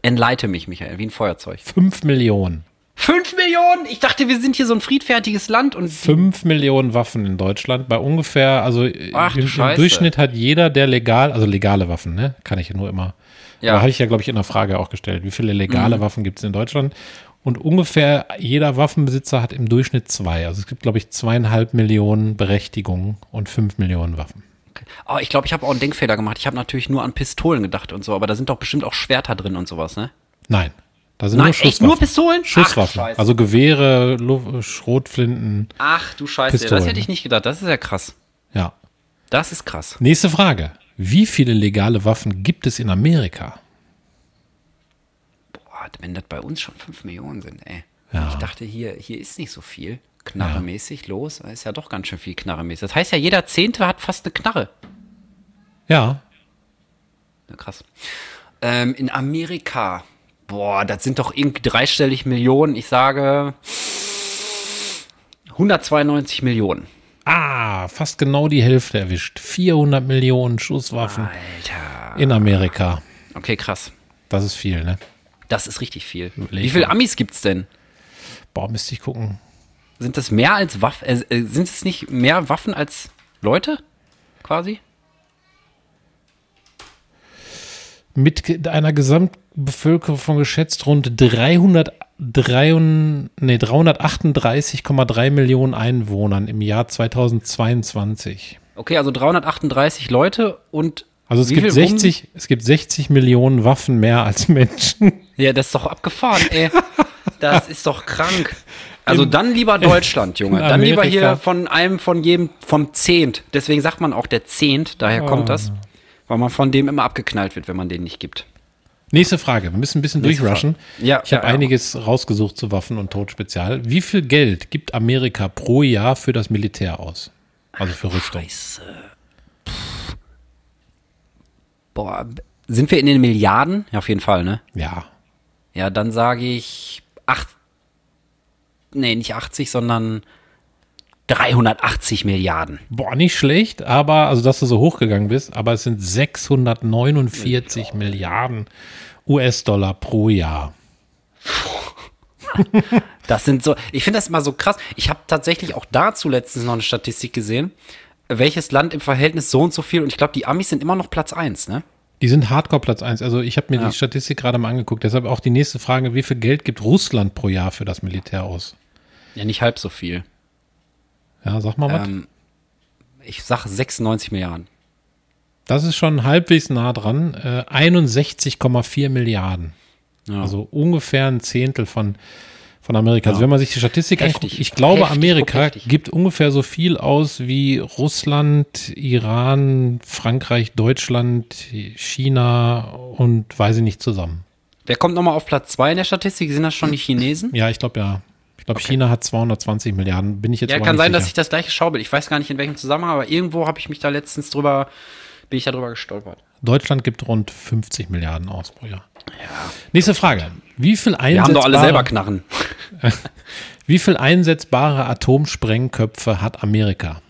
S2: entleite mich, Michael, wie ein Feuerzeug.
S1: Fünf Millionen.
S2: Fünf Millionen? Ich dachte, wir sind hier so ein friedfertiges Land und
S1: Fünf Millionen Waffen in Deutschland. Bei ungefähr, also äh,
S2: Ach, du
S1: im, im
S2: Scheiße.
S1: Durchschnitt hat jeder, der legal, also legale Waffen, ne? Kann ich ja nur immer.
S2: Ja. Mhm.
S1: Ja. Da habe ich ja, glaube ich, in der Frage auch gestellt. Wie viele legale Waffen gibt es in Deutschland? Und ungefähr jeder Waffenbesitzer hat im Durchschnitt zwei. Also es gibt, glaube ich, zweieinhalb Millionen Berechtigungen und fünf Millionen Waffen.
S2: Oh, ich glaube, ich habe auch einen Denkfehler gemacht. Ich habe natürlich nur an Pistolen gedacht und so, aber da sind doch bestimmt auch Schwerter drin und sowas, ne?
S1: Nein. Da sind
S2: Nein,
S1: nur
S2: echt
S1: Schusswaffen.
S2: nur Pistolen?
S1: Schusswaffen.
S2: Ach, scheiße.
S1: also Gewehre, Lu Schrotflinten.
S2: Ach du Scheiße,
S1: Pistolen,
S2: das hätte ich nicht gedacht. Das ist ja krass.
S1: Ja.
S2: Das ist krass.
S1: Nächste Frage. Wie viele legale Waffen gibt es in Amerika?
S2: Boah, wenn das bei uns schon 5 Millionen sind, ey.
S1: Ja.
S2: Ich dachte, hier, hier ist nicht so viel. Knarremäßig los, da ist ja doch ganz schön viel knarremäßig. Das heißt ja, jeder Zehnte hat fast eine Knarre.
S1: Ja.
S2: Na, Krass. Ähm, in Amerika, boah, das sind doch irgendwie dreistellig Millionen. Ich sage 192 Millionen.
S1: Ah, fast genau die Hälfte erwischt. 400 Millionen Schusswaffen
S2: Alter.
S1: in Amerika.
S2: Okay, krass.
S1: Das ist viel, ne?
S2: Das ist richtig viel.
S1: Überleg
S2: Wie viele
S1: mal.
S2: Amis gibt's denn?
S1: Boah, müsste ich gucken.
S2: Sind das mehr als Waffen? Äh, äh, sind es nicht mehr Waffen als Leute? Quasi?
S1: Mit ge- einer Gesamtbevölkerung von geschätzt rund 333 nee, 338,3 Millionen Einwohnern im Jahr 2022.
S2: Okay, also 338 Leute und.
S1: Also es
S2: wie
S1: gibt,
S2: viel rum-
S1: 60, es gibt 60 Millionen Waffen mehr als Menschen.
S2: Ja, das ist doch abgefahren, ey.
S1: <laughs>
S2: Das ist doch krank. Also dann lieber Deutschland, Junge.
S1: in
S2: Dann lieber
S1: Amerika.
S2: hier von einem, von jedem, vom Zehnt. Deswegen sagt man auch der Zehnt, daher kommt
S1: Ah.
S2: das. Weil man von dem immer abgeknallt wird, wenn man den nicht gibt.
S1: Nächste Frage. Wir müssen ein bisschen
S2: Nächste
S1: durchrushen.
S2: Frage. Ja,
S1: ich habe
S2: ja, ja.
S1: einiges rausgesucht zu Waffen und Todspezial. Wie viel Geld gibt Amerika pro Jahr für das Militär aus? Also für Rüstung.
S2: Boah, sind wir in den Milliarden? Ja, auf jeden Fall, ne?
S1: Ja.
S2: Ja, dann sage ich acht. Nee, nicht 80, sondern 380 Milliarden.
S1: Boah, nicht schlecht, aber, also dass du so hochgegangen bist, aber es sind 649 Milliarden US-Dollar pro Jahr.
S2: Das sind so, ich finde das immer so krass. Ich habe tatsächlich auch dazu letztens noch eine Statistik gesehen, welches Land im Verhältnis so und so viel und ich glaube, die Amis sind immer noch Platz 1, ne?
S1: Die sind Hardcore Platz 1. Also ich habe mir die Statistik gerade mal angeguckt. Deshalb auch die nächste Frage, wie viel Geld gibt Russland pro Jahr für das Militär aus?
S2: Ja, nicht halb so viel.
S1: Ja, sag mal was.
S2: Ähm, ich sage 96 Milliarden.
S1: Das ist schon halbwegs nah dran. Äh, 61,4 Milliarden.
S2: Ja.
S1: Also ungefähr ein Zehntel von, von Amerika. Also wenn man sich die Statistik
S2: Heftig.
S1: anguckt, ich glaube,
S2: Heftig,
S1: Amerika
S2: heftig.
S1: gibt ungefähr so viel aus wie Russland, Iran, Frankreich, Deutschland, China und weiß ich nicht zusammen.
S2: Wer kommt nochmal auf Platz 2 in der Statistik? Sind das schon die Chinesen?
S1: Ja, ich glaube ja. Ich glaube, China hat 220 Milliarden. Bin ich jetzt
S2: Ja,
S1: aber
S2: kann
S1: nicht
S2: sein,
S1: sicher.
S2: dass ich das gleiche Schaubild. Ich weiß gar nicht, in welchem Zusammenhang, aber irgendwo habe ich mich da letztens drüber, bin ich da drüber gestolpert.
S1: Deutschland gibt rund 50 Milliarden aus pro Jahr. Nächste Frage. Wie viel,
S2: Wir haben doch alle selber
S1: einsetzbare,
S2: Knarren.
S1: wie viel einsetzbare Atomsprengköpfe hat Amerika?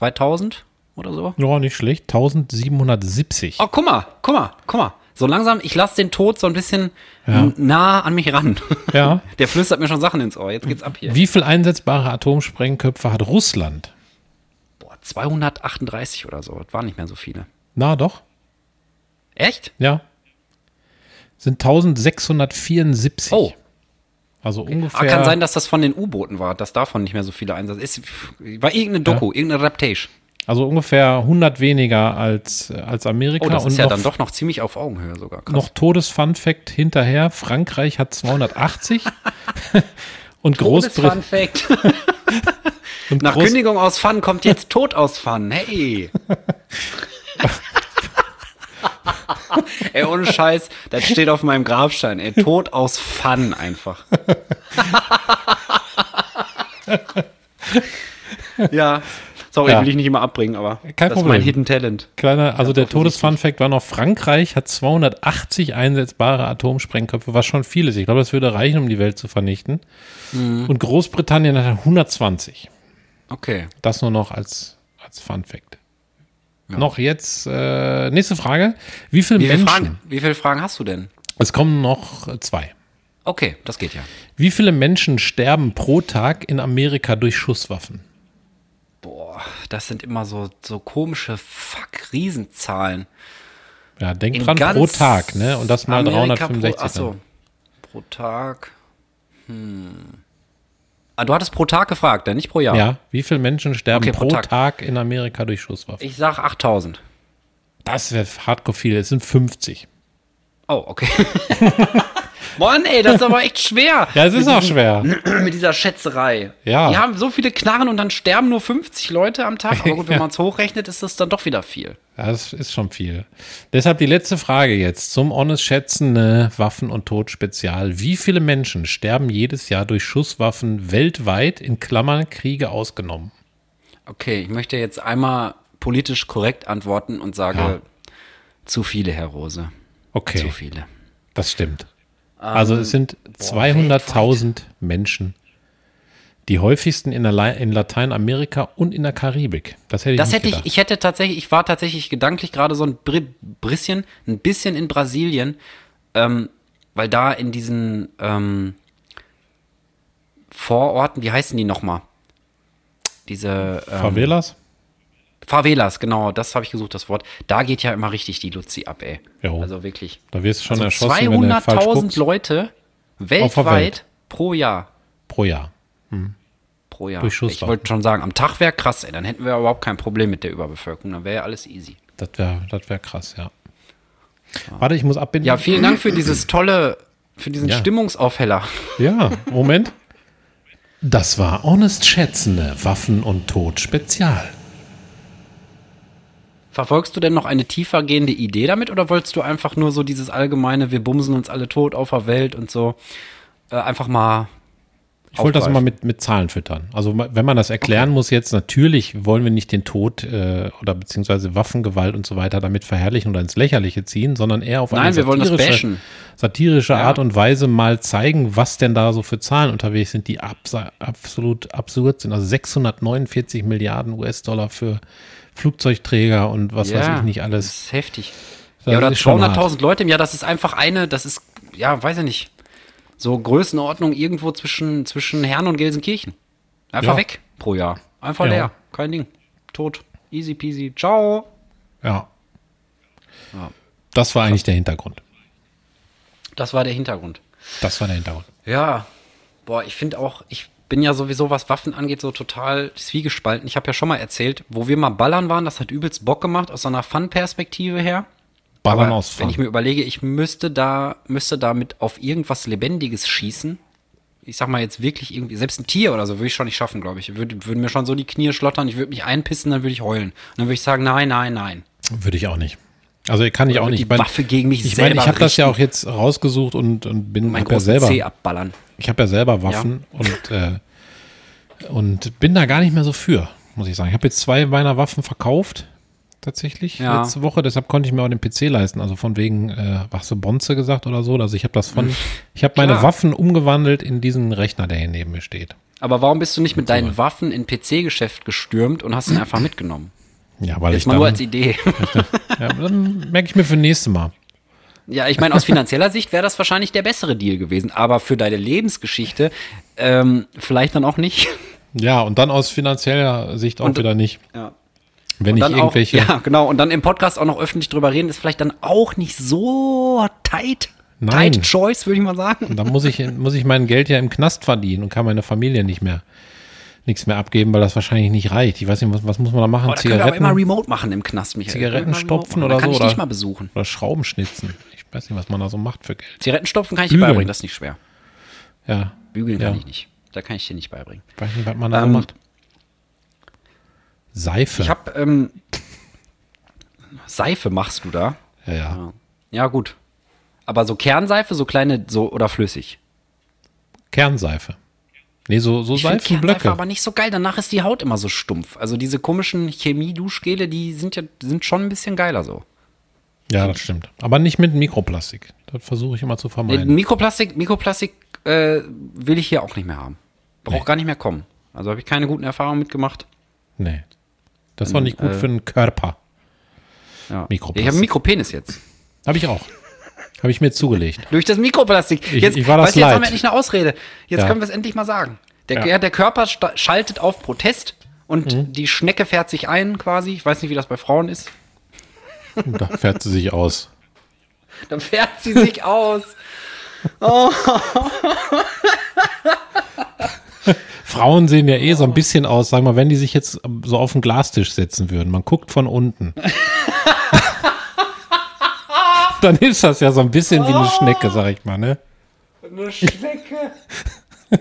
S2: 2000 Ähm, oder so?
S1: Ja, nicht schlecht. 1770.
S2: Oh, guck mal, guck mal, guck mal. So langsam, ich lasse den Tod so ein bisschen n- nah an mich ran. <laughs>
S1: Ja.
S2: Der flüstert mir schon Sachen ins Ohr. Jetzt geht's ab hier.
S1: Wie viel einsetzbare Atomsprengköpfe hat Russland?
S2: 238 oder so. Das waren nicht mehr so viele.
S1: Na, doch.
S2: Echt?
S1: Ja. Sind 1674.
S2: Oh.
S1: Also
S2: Ah,
S1: ungefähr.
S2: kann sein, dass das von den U-Booten war, dass davon nicht mehr so viele Einsatz ist. pff, War irgendeine Doku, irgendeine Reptage.
S1: also ungefähr 100 weniger als, äh, als Amerika.
S2: Oh, das ist
S1: Und
S2: ja
S1: noch,
S2: dann doch noch ziemlich auf Augenhöhe sogar. Krass.
S1: Noch Todesfunfact hinterher. Frankreich hat 280. <laughs> und, Großbrit
S2: Fact.
S1: und,
S2: Nach
S1: Groß
S2: Kündigung aus Fun kommt jetzt Tod aus Fun. <laughs> Hey. ey, ohne Scheiß, das steht auf meinem Grabstein. Ey, Tod aus Fun <laughs> einfach. ja. Sorry,
S1: Ja.
S2: will ich nicht immer abbringen, aber
S1: Kein
S2: das ist mein
S1: Problem.
S2: Hidden Talent.
S1: kleiner, also der Todesfunfact war noch Frankreich hat 280 einsetzbare Atomsprengköpfe, was schon viel ist. Ich glaube, das würde reichen, um die Welt zu vernichten.
S2: Mhm.
S1: Und Großbritannien hat 120.
S2: Okay.
S1: Das nur noch als, als Funfact. Noch jetzt, äh, nächste Frage. Wie viele
S2: Wie viele,
S1: Menschen?
S2: Fragen, wie viele Fragen hast du denn?
S1: Es kommen noch äh, zwei.
S2: Okay, das geht ja.
S1: Wie viele Menschen sterben pro Tag in Amerika durch Schusswaffen?
S2: Boah, das sind immer so, so komische Fuck-Riesenzahlen.
S1: Ja, denk
S2: In
S1: dran,
S2: ganz
S1: pro Tag, ne? Und das mal
S2: Amerika
S1: 365.
S2: Pro, achso,
S1: dann.
S2: pro Tag. Hm. Ah, du hattest pro Tag gefragt, dann nicht pro Jahr.
S1: Ja, wie viele Menschen sterben
S2: Okay, pro
S1: pro Tag.
S2: Tag.
S1: in Amerika durch Schusswaffen?
S2: Ich sag 8000.
S1: Das wäre hardcore viel. Es sind 50.
S2: Oh, okay. <laughs> Mann, ey, das ist aber echt schwer.
S1: Ja, es ist auch schwer.
S2: <clears throat> mit dieser Schätzerei.
S1: Ja.
S2: Die haben so viele Knarren und dann sterben nur 50 Leute am
S1: <laughs>
S2: Tag. Aber gut, wenn
S1: Ja.
S2: man es hochrechnet, ist das dann doch wieder viel.
S1: Ja, Das ist schon viel. Deshalb die letzte Frage jetzt zum Honest Schätzen äh, Waffen und Tod Spezial. Wie viele Menschen sterben jedes Jahr durch Schusswaffen weltweit, in Klammern Kriege ausgenommen?
S2: Okay, ich möchte jetzt einmal politisch korrekt antworten und sage,
S1: Ja.
S2: zu viele, Herr Rose. Zu Ähm,
S1: Okay,
S2: viele.
S1: das stimmt. Also es sind 200.000 Menschen. Die häufigsten in, Alei- in Lateinamerika und in der Karibik. Das hätte ich
S2: Das
S1: nicht
S2: hätte ich,
S1: gedacht.
S2: ich hätte tatsächlich, ich war tatsächlich gedanklich gerade so ein Bri- bisschen, ein bisschen in Brasilien, ähm, weil da in diesen ähm, Vororten, wie heißen die nochmal? Diese ähm,
S1: Favelas?
S2: Favelas, genau, das habe ich gesucht, das Wort. Da geht ja immer richtig die Luzi ab, ey.
S1: Jo.
S2: Also wirklich.
S1: Da wirst du schon
S2: Also
S1: erschossen, wenn du halt falsch
S2: 200.000
S1: guckst,
S2: Leute weltweit
S1: Welt.
S2: pro Jahr.
S1: pro Jahr.
S2: Pro Jahr.
S1: Durch
S2: ich
S1: Schusswaffen.
S2: wollte schon sagen, am Tag wäre krass, ey. Dann hätten wir überhaupt kein Problem mit der Überbevölkerung. Dann wäre ja alles easy.
S1: Das wäre das wär krass, ja. Warte, ich muss abbinden.
S2: Ja, vielen Dank für dieses tolle, für diesen
S1: Ja.
S2: Stimmungsaufheller.
S1: Ja, Moment. Das war Honest Schätzende Waffen und Tod Spezial.
S2: Verfolgst du denn noch eine tiefergehende Idee damit oder wolltest du einfach nur so dieses allgemeine, wir bumsen uns alle tot auf der Welt und so, äh, einfach mal.
S1: Ich wollte das mal mit, mit Zahlen füttern. Also ma- wenn man das erklären muss jetzt, natürlich wollen wir nicht den Tod äh, oder beziehungsweise Waffengewalt und so weiter damit verherrlichen oder ins Lächerliche ziehen, sondern eher auf
S2: Nein,
S1: eine
S2: wir wollen das
S1: satirische,
S2: bashen.
S1: satirische Art und Weise mal zeigen, was denn da so für Zahlen unterwegs sind, die absa- absolut absurd sind. Also 649 Milliarden US-Dollar für Flugzeugträger und was weiß ich nicht alles.
S2: Das ist heftig.
S1: Das
S2: ja, oder
S1: ist schon hart.
S2: 200.000 Leute im Jahr, das ist einfach eine, das ist, ja, weiß ich nicht, so Größenordnung irgendwo zwischen, zwischen Herren und Gelsenkirchen. Einfach
S1: Ja.
S2: weg pro Jahr. Einfach
S1: Ja.
S2: leer. Kein Ding. Tot. Easy peasy. Ciao.
S1: Ja. Das war eigentlich der Hintergrund.
S2: Das war der Hintergrund.
S1: Das war der Hintergrund.
S2: Ja, boah, ich finde auch, ich bin ja sowieso, was Waffen angeht, so total zwiegespalten. Ich habe ja schon mal erzählt, wo wir mal ballern waren, das hat übelst Bock gemacht, aus so einer Fun-Perspektive her.
S1: Ballern
S2: Aber
S1: aus
S2: Wenn
S1: Fun.
S2: ich mir überlege, ich müsste da, müsste damit auf irgendwas Lebendiges schießen. Ich sag mal jetzt wirklich irgendwie, selbst ein Tier oder so würde ich schon nicht schaffen, glaube ich. Würde, würden mir schon so die Knie schlottern, ich würde mich einpissen, dann würde ich heulen. Und dann würde ich sagen, nein, nein, nein.
S1: Würde ich auch nicht. Also kann ich auch nicht.
S2: die
S1: Ich meine,
S2: Waffe gegen mich
S1: ich,
S2: selber
S1: meine, ich habe das
S2: richten.
S1: ja auch jetzt rausgesucht und, und bin
S2: Mein
S1: hab ja
S2: großen
S1: selber.
S2: C abballern.
S1: Ich habe ja selber Waffen und äh, und bin da gar nicht mehr so für, muss ich sagen. Ich habe jetzt zwei meiner Waffen verkauft tatsächlich
S2: Ja.
S1: letzte Woche. Deshalb konnte ich mir auch den PC leisten. Also von wegen, äh, was du Bonze gesagt oder so. Also ich habe das von, ich habe meine
S2: Hm. Klar.
S1: Waffen umgewandelt in diesen Rechner, der hier neben mir steht.
S2: Aber warum bist du nicht mit deinen Waffen in PC-Geschäft gestürmt und hast ihn einfach mitgenommen?
S1: Ja, weil ich
S2: Jetzt mal
S1: dann,
S2: nur als Idee.
S1: ja, dann merke ich mir für nächstes Mal.
S2: Ja, ich meine, aus finanzieller Sicht wäre das wahrscheinlich der bessere Deal gewesen, aber für deine Lebensgeschichte ähm, vielleicht dann auch nicht.
S1: Ja, und dann aus finanzieller Sicht auch wieder nicht.
S2: Ja.
S1: Wenn
S2: Und
S1: ich
S2: dann auch,
S1: irgendwelche.
S2: ja, genau. Und dann im Podcast auch noch öffentlich drüber reden, ist vielleicht dann auch nicht so tight.
S1: Nein.
S2: Tight Choice, würde ich mal
S1: <laughs>
S2: sagen.
S1: Dann muss ich, muss ich mein Geld ja im Knast verdienen und kann meine Familie nicht mehr nichts mehr abgeben, weil das wahrscheinlich nicht reicht. Ich weiß nicht, was, was muss man da machen?
S2: Aber Oh, da können wir aber immer remote machen im Knast, Michael.
S1: Zigaretten
S2: Können wir immer remote
S1: stopfen
S2: machen.
S1: oder
S2: Dann kann
S1: so,
S2: ich dich
S1: oder?
S2: mal besuchen.
S1: oder Schrauben schnitzen. Ich weiß nicht, was man da so macht für Geld.
S2: Zigaretten stopfen kann ich dir
S1: Bügeln.
S2: beibringen, das ist nicht schwer.
S1: Ja.
S2: Bügeln
S1: ja.
S2: kann ich nicht. Da kann ich dir nicht beibringen.
S1: Ich weiß nicht, was man da so
S2: Ähm,
S1: macht. Seife.
S2: Ich habe ähm, Seife machst du da?
S1: ja, ja.
S2: Ja gut. Aber so Kernseife, so kleine, so oder flüssig.
S1: Kernseife. Nee, so, so
S2: Ich finde Kernseife
S1: Seifenblöcke.
S2: aber nicht so geil. Danach ist die Haut immer so stumpf. Also diese komischen Chemie-Duschgele, die sind ja sind schon ein bisschen geiler so.
S1: Ja, das stimmt. Aber nicht mit Mikroplastik. Das versuche ich immer zu
S2: Nee,
S1: vermeiden.
S2: Mikroplastik, Mikroplastik äh, will ich hier auch nicht mehr haben. Braucht gar nicht mehr kommen. Also habe ich keine guten Erfahrungen mitgemacht.
S1: Nee. Das
S2: Ähm,
S1: ist auch nicht gut
S2: äh,
S1: für den Körper.
S2: Ja.
S1: Mikroplastik.
S2: Ich habe einen Mikropenis jetzt.
S1: Habe ich auch. Habe ich mir zugelegt.
S2: Durch das Mikroplastik.
S1: Ich-
S2: jetzt,
S1: ich war das
S2: weißt du, jetzt
S1: leid.
S2: haben wir endlich eine Ausrede. Jetzt
S1: Ja.
S2: können wir es endlich mal sagen. Der,
S1: Ja. Mhm.
S2: ja. der Körper sta- schaltet auf Protest und die Schnecke fährt sich ein quasi. Ich weiß nicht, wie das bei Frauen ist.
S1: Und da fährt sie sich aus.
S2: Dann fährt sie sich aus.
S1: <laughs> Frauen sehen ja eh so ein bisschen aus, sag mal, wenn die sich jetzt so auf den Glastisch setzen würden. Man guckt von unten. <laughs> Dann ist das ja so ein bisschen wie eine Schnecke, sag ich mal, ne?
S2: Eine Schnecke.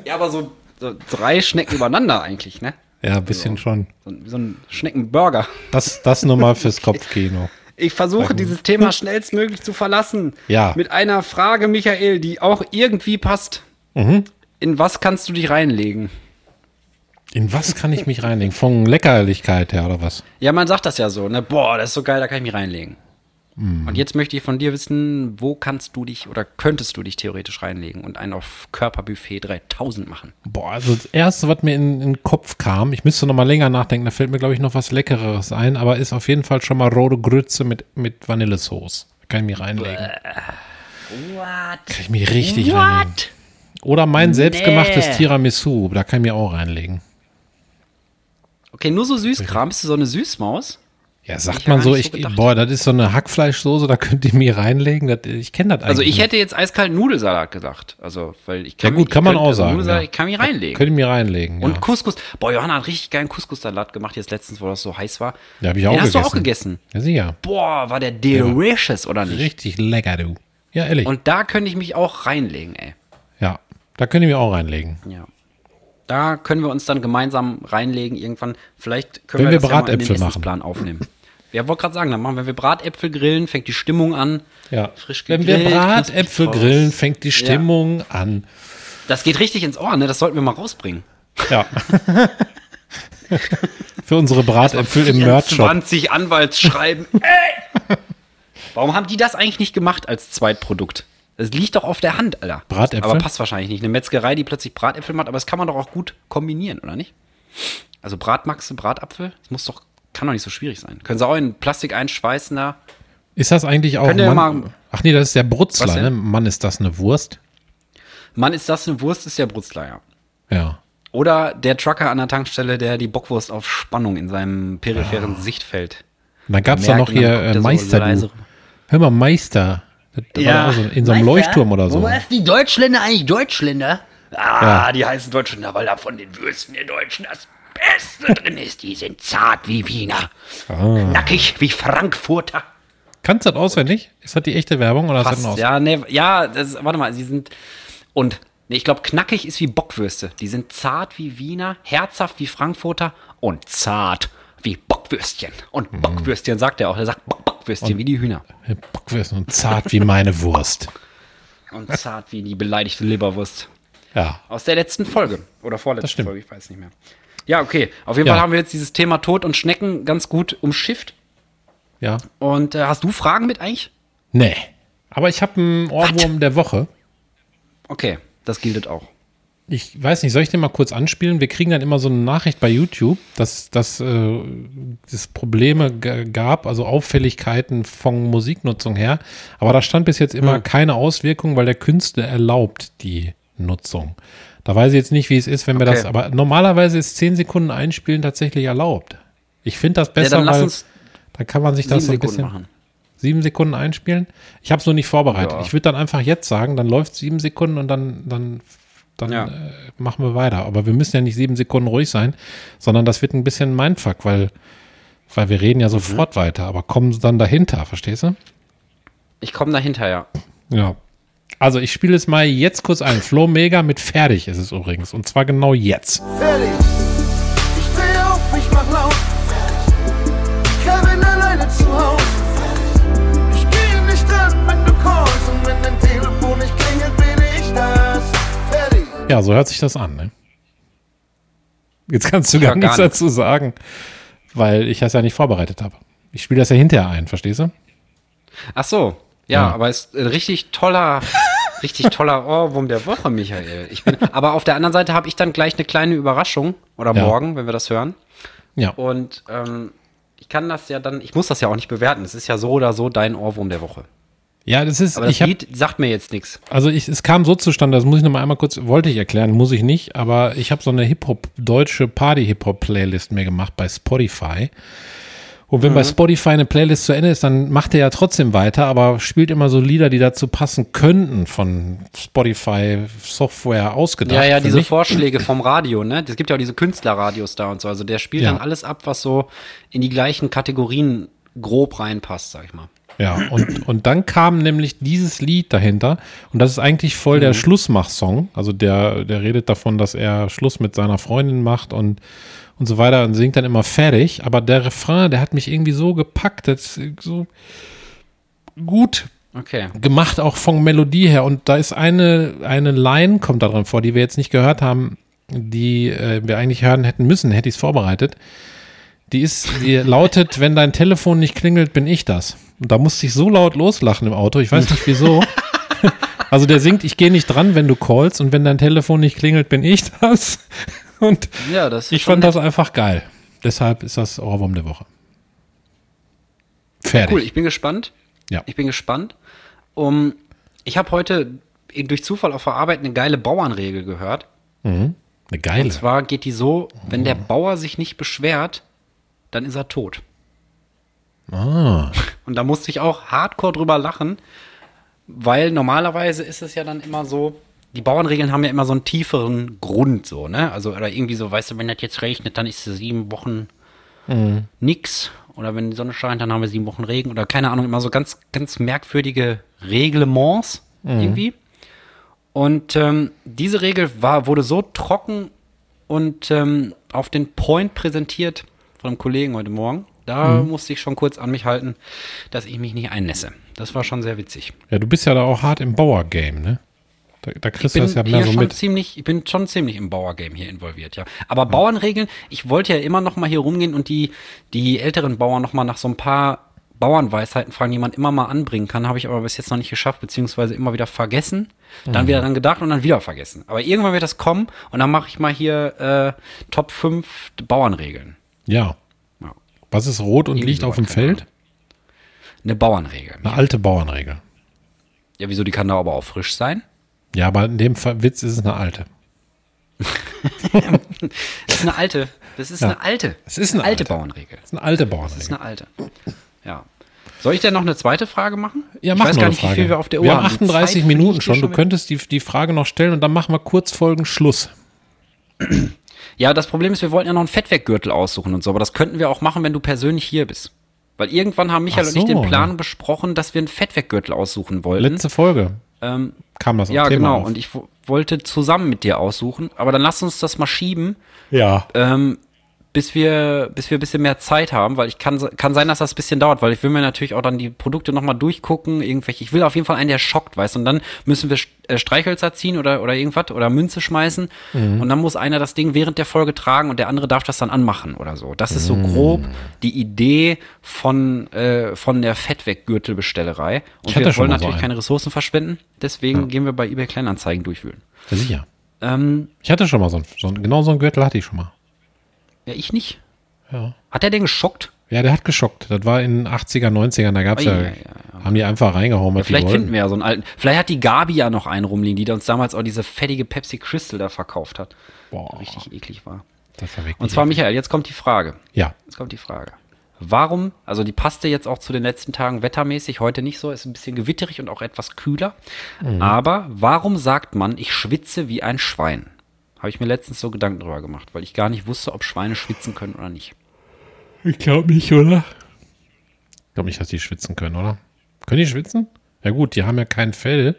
S2: ja, aber so, so drei Schnecken übereinander eigentlich, ne?
S1: Ja, ein bisschen schon.
S2: So, ein- so ein Schneckenburger.
S1: Das, das nur mal fürs Kopfkino.
S2: Ich versuche dieses Thema schnellstmöglich zu verlassen.
S1: Ja.
S2: Mit einer Frage, Michael, die auch irgendwie passt.
S1: Mhm.
S2: In was kannst du dich reinlegen?
S1: In was kann ich mich reinlegen? Von Leckerlichkeit her oder was?
S2: Ja, man sagt das ja so, ne? Boah, das ist so geil, da kann ich mich reinlegen.
S1: Mhm.
S2: Und jetzt möchte ich von dir wissen, wo kannst du dich oder könntest du dich theoretisch reinlegen und einen auf Körperbuffet 3000 machen?
S1: Boah, also das Erste, was mir in, in den Kopf kam, ich müsste noch mal länger nachdenken, da fällt mir, glaube ich, noch was Leckereres ein, aber ist auf jeden Fall schon mal rote Grütze mit, mit Vanillesoße. Da Kann ich mich reinlegen. Kann ich mich richtig reinlegen. Oder mein selbstgemachtes Tiramisu, da kann ich mir auch reinlegen.
S2: Okay, nur so Süßkram. Bist du so eine Süßmaus?
S1: Ja,
S2: ich
S1: sagt
S2: ja
S1: man
S2: gar
S1: so,
S2: nicht
S1: ich,
S2: so gedacht.
S1: boah, das ist so eine Hackfleischsoße, da könnt ihr mir reinlegen. Das, ich kenne das eigentlich.
S2: Also ich
S1: nicht.
S2: hätte jetzt eiskalten Nudelsalat gesagt. Also, weil ich
S1: Ja
S2: kann
S1: gut,
S2: mich-
S1: kann man
S2: könnte-
S1: auch
S2: also
S1: sagen.
S2: Nudelsalat,
S1: ja.
S2: Ich kann mich
S1: Da
S2: reinlegen.
S1: Könnte ich mir reinlegen, ja.
S2: Und Couscous. Boah, Johanna hat richtig geilen Couscous-Salat gemacht jetzt letztens, wo das so heiß war.
S1: Ja, hab ich
S2: Den
S1: auch
S2: hast
S1: gegessen.
S2: du auch gegessen.
S1: Ja, sicher.
S2: Boah, war der delicious, oder nicht?
S1: Richtig lecker, du. Ja, ehrlich.
S2: Und da könnte ich mich auch reinlegen, ey.
S1: ja, da könnt ihr mir auch reinlegen.
S2: Ja. Da können wir uns dann gemeinsam reinlegen irgendwann. Vielleicht können
S1: Wenn
S2: wir,
S1: wir
S2: das ja mal in den
S1: Bratäpfel machen.
S2: Essensplan aufnehmen. Ja, wollte gerade sagen, dann machen wir, wenn wir Bratäpfel grillen, fängt die Stimmung an.
S1: Ja.
S2: Frisch
S1: Wenn wir
S2: gegrillt,
S1: Bratäpfel
S2: knusprig
S1: grillen,
S2: raus.
S1: fängt die
S2: Ja.
S1: Stimmung an.
S2: Das geht richtig ins Ohr, ne? Das sollten wir mal rausbringen. <laughs>
S1: Ja. <laughs> Äh, Für unsere Bratäpfel im Merch-Shop. <laughs>
S2: 20 Anwaltsschreiben. Ey! äh! Warum haben die das eigentlich nicht gemacht als Zweitprodukt? Das liegt doch auf der Hand, Alter.
S1: Bratäpfel?
S2: Aber passt wahrscheinlich nicht. Eine Metzgerei, die plötzlich Bratäpfel macht, aber das kann man doch auch gut kombinieren, oder nicht? Also Bratmaxe, Bratapfel, das muss doch, kann doch nicht so schwierig sein. Können sie auch in Plastik einschweißen da?
S1: Ist das eigentlich auch
S2: Könnt ihr
S1: Mann?
S2: mal-
S1: Ach nee, das ist der
S2: Was
S1: Brutzler,
S2: denn?
S1: ne? Mann, ist das eine Wurst?
S2: Mann, ist das eine Wurst, ist der Brutzler, ja.
S1: Ja.
S2: Oder der Trucker an der Tankstelle, der die Bockwurst auf Spannung in seinem
S1: Ah.
S2: peripheren Sichtfeld.
S1: Und dann gab es da noch
S2: merkt und
S1: hier
S2: dann guckt
S1: äh,
S2: er so
S1: Meister.
S2: leise
S1: du.
S2: rüber.
S1: Hör mal, Meister. Das war
S2: Ja.
S1: auch so in so einem Leuchtturm oder so.
S3: Warum heißen die Deutschländer eigentlich Deutschländer?
S1: Ja.
S3: Ah, die heißen Deutschländer, weil da von den Würsten der Deutschen das Beste <laughs> drin ist. Die sind zart wie Wiener,
S1: Ah.
S3: knackig wie Frankfurter.
S1: Kannst du das auswendig? Ist das die echte Werbung oder ist das
S2: Fast,
S1: nur aus?
S2: ja, nee, ja, das, warte mal, sie sind und nee, ich glaube knackig ist wie Bockwürste. Die sind zart wie Wiener, herzhaft wie Frankfurter und zart wie Bockwürstchen. Und
S1: Mhm.
S2: Bockwürstchen sagt er auch, er sagt Bock, Bockwürstchen wie die Hühner
S1: Bockwürsten und zart wie meine Wurst.
S2: und zart wie die beleidigte Leberwurst
S1: Ja.
S2: aus der letzten Folge oder
S1: Das
S2: vorletzten
S1: stimmt.
S2: Folge, ich weiß nicht mehr. Ja, okay. Auf jeden
S1: Ja.
S2: Fall haben wir jetzt dieses Thema Tod und Schnecken ganz gut umschifft.
S1: Ja.
S2: Und äh, hast du Fragen mit eigentlich?
S1: Nee. Aber ich habe einen Ohrwurm der Woche.
S2: Okay, das gilt auch.
S1: Ich weiß nicht, soll ich den mal kurz anspielen? Wir kriegen dann immer so eine Nachricht bei YouTube, dass, dass äh, es Probleme g- gab, also Auffälligkeiten von Musiknutzung her. Aber da stand bis jetzt
S2: Hm.
S1: immer keine Auswirkung, weil der Künstler erlaubt die Nutzung. Da weiß ich jetzt nicht, wie es ist, wenn wir
S2: Okay.
S1: das, aber normalerweise ist 10 Sekunden einspielen tatsächlich erlaubt. Ich finde das
S2: Ja,
S1: besser,
S2: dann lass
S1: weil
S2: uns
S1: dann kann man sich
S2: sieben
S1: das so ein
S2: Sekunden
S1: bisschen
S2: machen.
S1: sieben Sekunden einspielen. Ich habe es nur nicht vorbereitet.
S2: Ja.
S1: Ich würde dann einfach jetzt sagen, dann läuft sieben Sekunden und dann, dann, dann
S2: Ja.
S1: äh, machen wir weiter. Aber wir müssen ja nicht sieben Sekunden ruhig sein, sondern das wird ein bisschen Mindfuck, weil, weil wir reden ja sofort weiter, aber kommen dann dahinter, verstehst du?
S2: Ich komme dahinter, ja.
S1: Ja. Also ich spiele es mal jetzt kurz ein. Flow Mega mit fertig ist es übrigens. Und zwar genau jetzt.
S4: Fertig. Ich steh auf, ich mach laut. Kevin alleine zu Haus. Ich gehe nicht an, wenn du callst. Und wenn dein Telefon nicht klingelt, bin ich das. Fertig.
S1: Ja, so hört sich das an. Ne? Jetzt kannst du
S2: Ich
S1: gar,
S2: hör gar
S1: nichts
S2: nichts.
S1: dazu sagen, weil ich das ja nicht vorbereitet habe. Ich spiele das ja hinterher ein, verstehst du?
S2: Ach so, ja,
S1: Ja.
S2: aber ist ein richtig
S1: <laughs>
S2: toller, richtig toller Ohrwurm der Woche, Michael. Ich bin, aber auf der anderen Seite habe ich dann gleich eine kleine Überraschung oder
S1: Ja.
S2: morgen, wenn wir das hören.
S1: Ja.
S2: Und ähm, ich kann das ja dann, ich muss das ja auch nicht bewerten. Es ist ja so oder so dein Ohrwurm der Woche.
S1: Ja, das ist,
S2: Aber das
S1: ich habe,
S2: Lied sagt mir jetzt nichts.
S1: also ich, es kam so zustande, das muss ich nochmal einmal kurz, wollte ich erklären, muss ich nicht, aber ich habe so eine Hip-Hop, deutsche Party-Hip-Hop-Playlist mir gemacht bei Spotify. Und wenn
S2: Mhm.
S1: bei Spotify eine Playlist zu Ende ist, dann macht er ja trotzdem weiter, aber spielt immer so Lieder, die dazu passen könnten von Spotify-Software ausgedacht.
S2: Ja, ja,
S1: für
S2: diese
S1: mich.
S2: Vorschläge vom Radio, ne? Es gibt ja auch diese Künstlerradios da und so. Also der spielt
S1: Ja.
S2: dann alles ab, was so in die gleichen Kategorien grob reinpasst, sag ich mal.
S1: Ja, und, und dann kam nämlich dieses Lied dahinter und das ist eigentlich voll der Schlussmach-Song. Also der, der redet davon, dass er Schluss mit seiner Freundin macht und, und so weiter und singt dann immer fertig. Aber der Refrain, der hat mich irgendwie so gepackt, das ist so gut
S2: Okay.
S1: gemacht, auch von Melodie her. Und da ist eine, eine Line, kommt da drin vor, die wir jetzt nicht gehört haben, die äh, wir eigentlich hören hätten müssen, hätte ich es vorbereitet. Die ist, die lautet, wenn dein Telefon nicht klingelt, bin ich das. Und da musste ich so laut loslachen im Auto, ich weiß nicht wieso. <laughs> Also der singt, ich gehe nicht dran, wenn du callst und wenn dein Telefon nicht klingelt, bin ich das. <laughs> Und
S2: Ja, das ist
S1: ich
S2: schon
S1: fand das einfach geil. Deshalb ist das Ohrwurm der Woche. Fertig.
S2: Cool, ich bin gespannt.
S1: Ja.
S2: Ich bin gespannt. Um, ich habe heute durch Zufall auf der Arbeit eine geile Bauernregel gehört.
S1: Mhm. Eine geile.
S2: Und zwar geht die so, wenn der Bauer sich nicht beschwert, dann ist er tot. Und da musste ich auch hardcore drüber lachen, weil normalerweise ist es ja dann immer so, die Bauernregeln haben ja immer so einen tieferen Grund, so, ne? Also, oder irgendwie so, weißt du, wenn das jetzt regnet, dann ist es sieben Wochen nix. Oder wenn die Sonne scheint, dann haben wir sieben Wochen Regen. Oder keine Ahnung, immer so ganz, ganz merkwürdige Reglements irgendwie. Und ähm, diese Regel war, wurde so trocken und ähm, auf den Point präsentiert von einem Kollegen heute Morgen. Da
S1: Mhm.
S2: musste ich schon kurz an mich halten, dass ich mich nicht einlässe. Das war schon sehr witzig.
S1: Ja, du bist ja da auch hart im Bauer-Game, ne? Da, da kriegst du das ja
S2: bin hier
S1: mehr so
S2: schon
S1: mit.
S2: ziemlich, ich bin schon ziemlich im Bauergame hier involviert, ja. Aber Bauernregeln, ich wollte ja immer noch mal hier rumgehen und die, die älteren Bauern noch mal nach so ein paar Bauernweisheiten fragen, die man immer mal anbringen kann, habe ich aber bis jetzt noch nicht geschafft, beziehungsweise immer wieder vergessen,
S1: Mhm.
S2: dann wieder dran gedacht und dann wieder vergessen. Aber irgendwann wird das kommen und dann mache ich mal hier äh, Top 5 Bauernregeln.
S1: Ja.
S2: Ja.
S1: Was ist rot und
S2: Irgendwie
S1: liegt auf
S2: sowas,
S1: dem
S2: keine
S1: Feld?
S2: Eine Bauernregel.
S1: Eine alte Bauernregel.
S2: Ja, wieso, die kann da aber auch frisch sein?
S1: Ja, aber in dem Fall, Witz ist es eine alte.
S2: Das ist eine alte. Das ist eine alte.
S1: Es ist eine
S2: alte
S1: alte.
S2: Bauernregel.
S1: Das ist eine alte
S2: Das ist
S1: Bauernregel.
S2: eine alte. Ja. Soll ich denn noch eine zweite Frage machen?
S1: Ja,
S2: ich
S1: mach
S2: weiß
S1: noch
S2: gar
S1: eine
S2: nicht,
S1: Frage.
S2: wie viel wir auf der Uhr
S1: wir haben
S2: haben. Die
S1: 38
S2: Zeit
S1: Minuten
S2: fliegt
S1: schon.
S2: hier
S1: Du
S2: mit-
S1: könntest die, die Frage noch stellen und dann machen wir Kurzfolgen Schluss.
S2: Ja, das Problem ist, wir wollten ja noch einen Fettweggürtel aussuchen und so, aber das könnten wir auch machen, wenn du persönlich hier bist. Weil irgendwann haben Michael
S1: Ach
S2: und ich den
S1: so.
S2: Plan besprochen, dass wir einen Fettweggürtel aussuchen wollten.
S1: Letzte Folge
S2: Hm? ähm,
S1: kam das
S2: ja,
S1: Thema
S2: genau.
S1: auf.
S2: Und ich wo- wollte zusammen mit dir aussuchen, aber dann lass uns das mal schieben,
S1: ja.
S2: ähm, bis wir, bis wir ein bisschen mehr Zeit haben, weil ich kann, se- kann sein, dass das ein bisschen dauert, weil ich will mir natürlich auch dann die Produkte nochmal durchgucken, irgendwelche, ich will auf jeden Fall einen, der schockt, weißt du, und dann müssen wir Sch- äh, Streichhölzer ziehen oder, oder irgendwas oder Münze schmeißen
S1: Mhm.
S2: und dann muss einer das Ding während der Folge tragen und der andere darf das dann anmachen oder so. Das ist so
S1: Mhm.
S2: grob die Idee von, äh, von der Fettweggürtelbestellerei und
S1: Ich hatte
S2: wir
S1: schon
S2: wollen
S1: mal so
S2: natürlich
S1: einen.
S2: keine Ressourcen verschwenden, deswegen gehen wir bei eBay Kleinanzeigen durchwühlen.
S1: ja, sicher.
S2: Ähm,
S1: Ich hatte schon mal so einen, so einen, genau so einen Gürtel hatte ich schon mal.
S2: ja, ich nicht.
S1: Ja.
S2: Hat er den geschockt?
S1: Ja, der hat geschockt. Das war in den 80er, 90ern, da gab's
S2: Ui,
S1: ja,
S2: ja, ja,
S1: haben die einfach reingehauen, was
S2: Ja, vielleicht
S1: die wollten.
S2: finden wir ja so einen alten. Vielleicht hat die Gabi ja noch einen rumliegen, die uns damals auch diese fettige Pepsi Crystal da verkauft hat.
S1: Boah.
S2: Die richtig eklig war.
S1: Das war wirklich
S2: Und zwar, Michael, jetzt kommt die Frage.
S1: Ja.
S2: Jetzt kommt die Frage. Warum, also die passte jetzt auch zu den letzten Tagen wettermäßig, heute nicht so, ist ein bisschen gewitterig und auch etwas kühler.
S1: Mhm.
S2: Aber warum sagt man, ich schwitze wie ein Schwein? Habe ich mir letztens so Gedanken drüber gemacht, weil ich gar nicht wusste, ob Schweine schwitzen können oder nicht.
S1: Ich glaube nicht, oder? Ich glaube nicht, dass die schwitzen können, oder? Können die schwitzen? Ja gut, die haben ja kein Fell.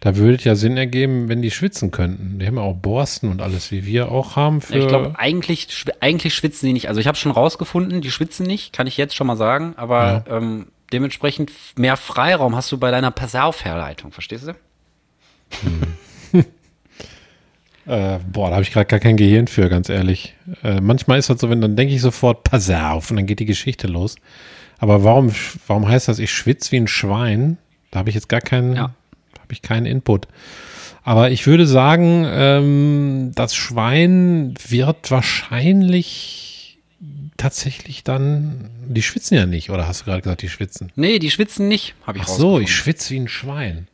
S1: Da würde es ja Sinn ergeben, wenn die schwitzen könnten. Die haben ja auch Borsten und alles, wie wir auch haben. Für
S2: Ja, ich glaube, eigentlich, schw- eigentlich schwitzen die nicht. Also ich habe schon rausgefunden, die schwitzen nicht, kann ich jetzt schon mal sagen, aber ähm, dementsprechend f- mehr Freiraum hast du bei deiner Passaufherleitung, verstehst du?
S1: Äh, boah, da habe ich gerade gar kein Gehirn für, ganz ehrlich. Äh, manchmal ist das so, wenn dann denke ich sofort, pass auf, und dann geht die Geschichte los. Aber warum, sch- warum heißt das, ich schwitze wie ein Schwein? Da habe ich jetzt gar keinen,
S2: Ja.
S1: habe ich keinen Input. Aber ich würde sagen, ähm, das Schwein wird wahrscheinlich tatsächlich dann, die schwitzen ja nicht, oder hast du gerade gesagt, die schwitzen?
S2: Nee, die schwitzen nicht, habe ich
S1: Ach so, ich schwitze wie ein Schwein.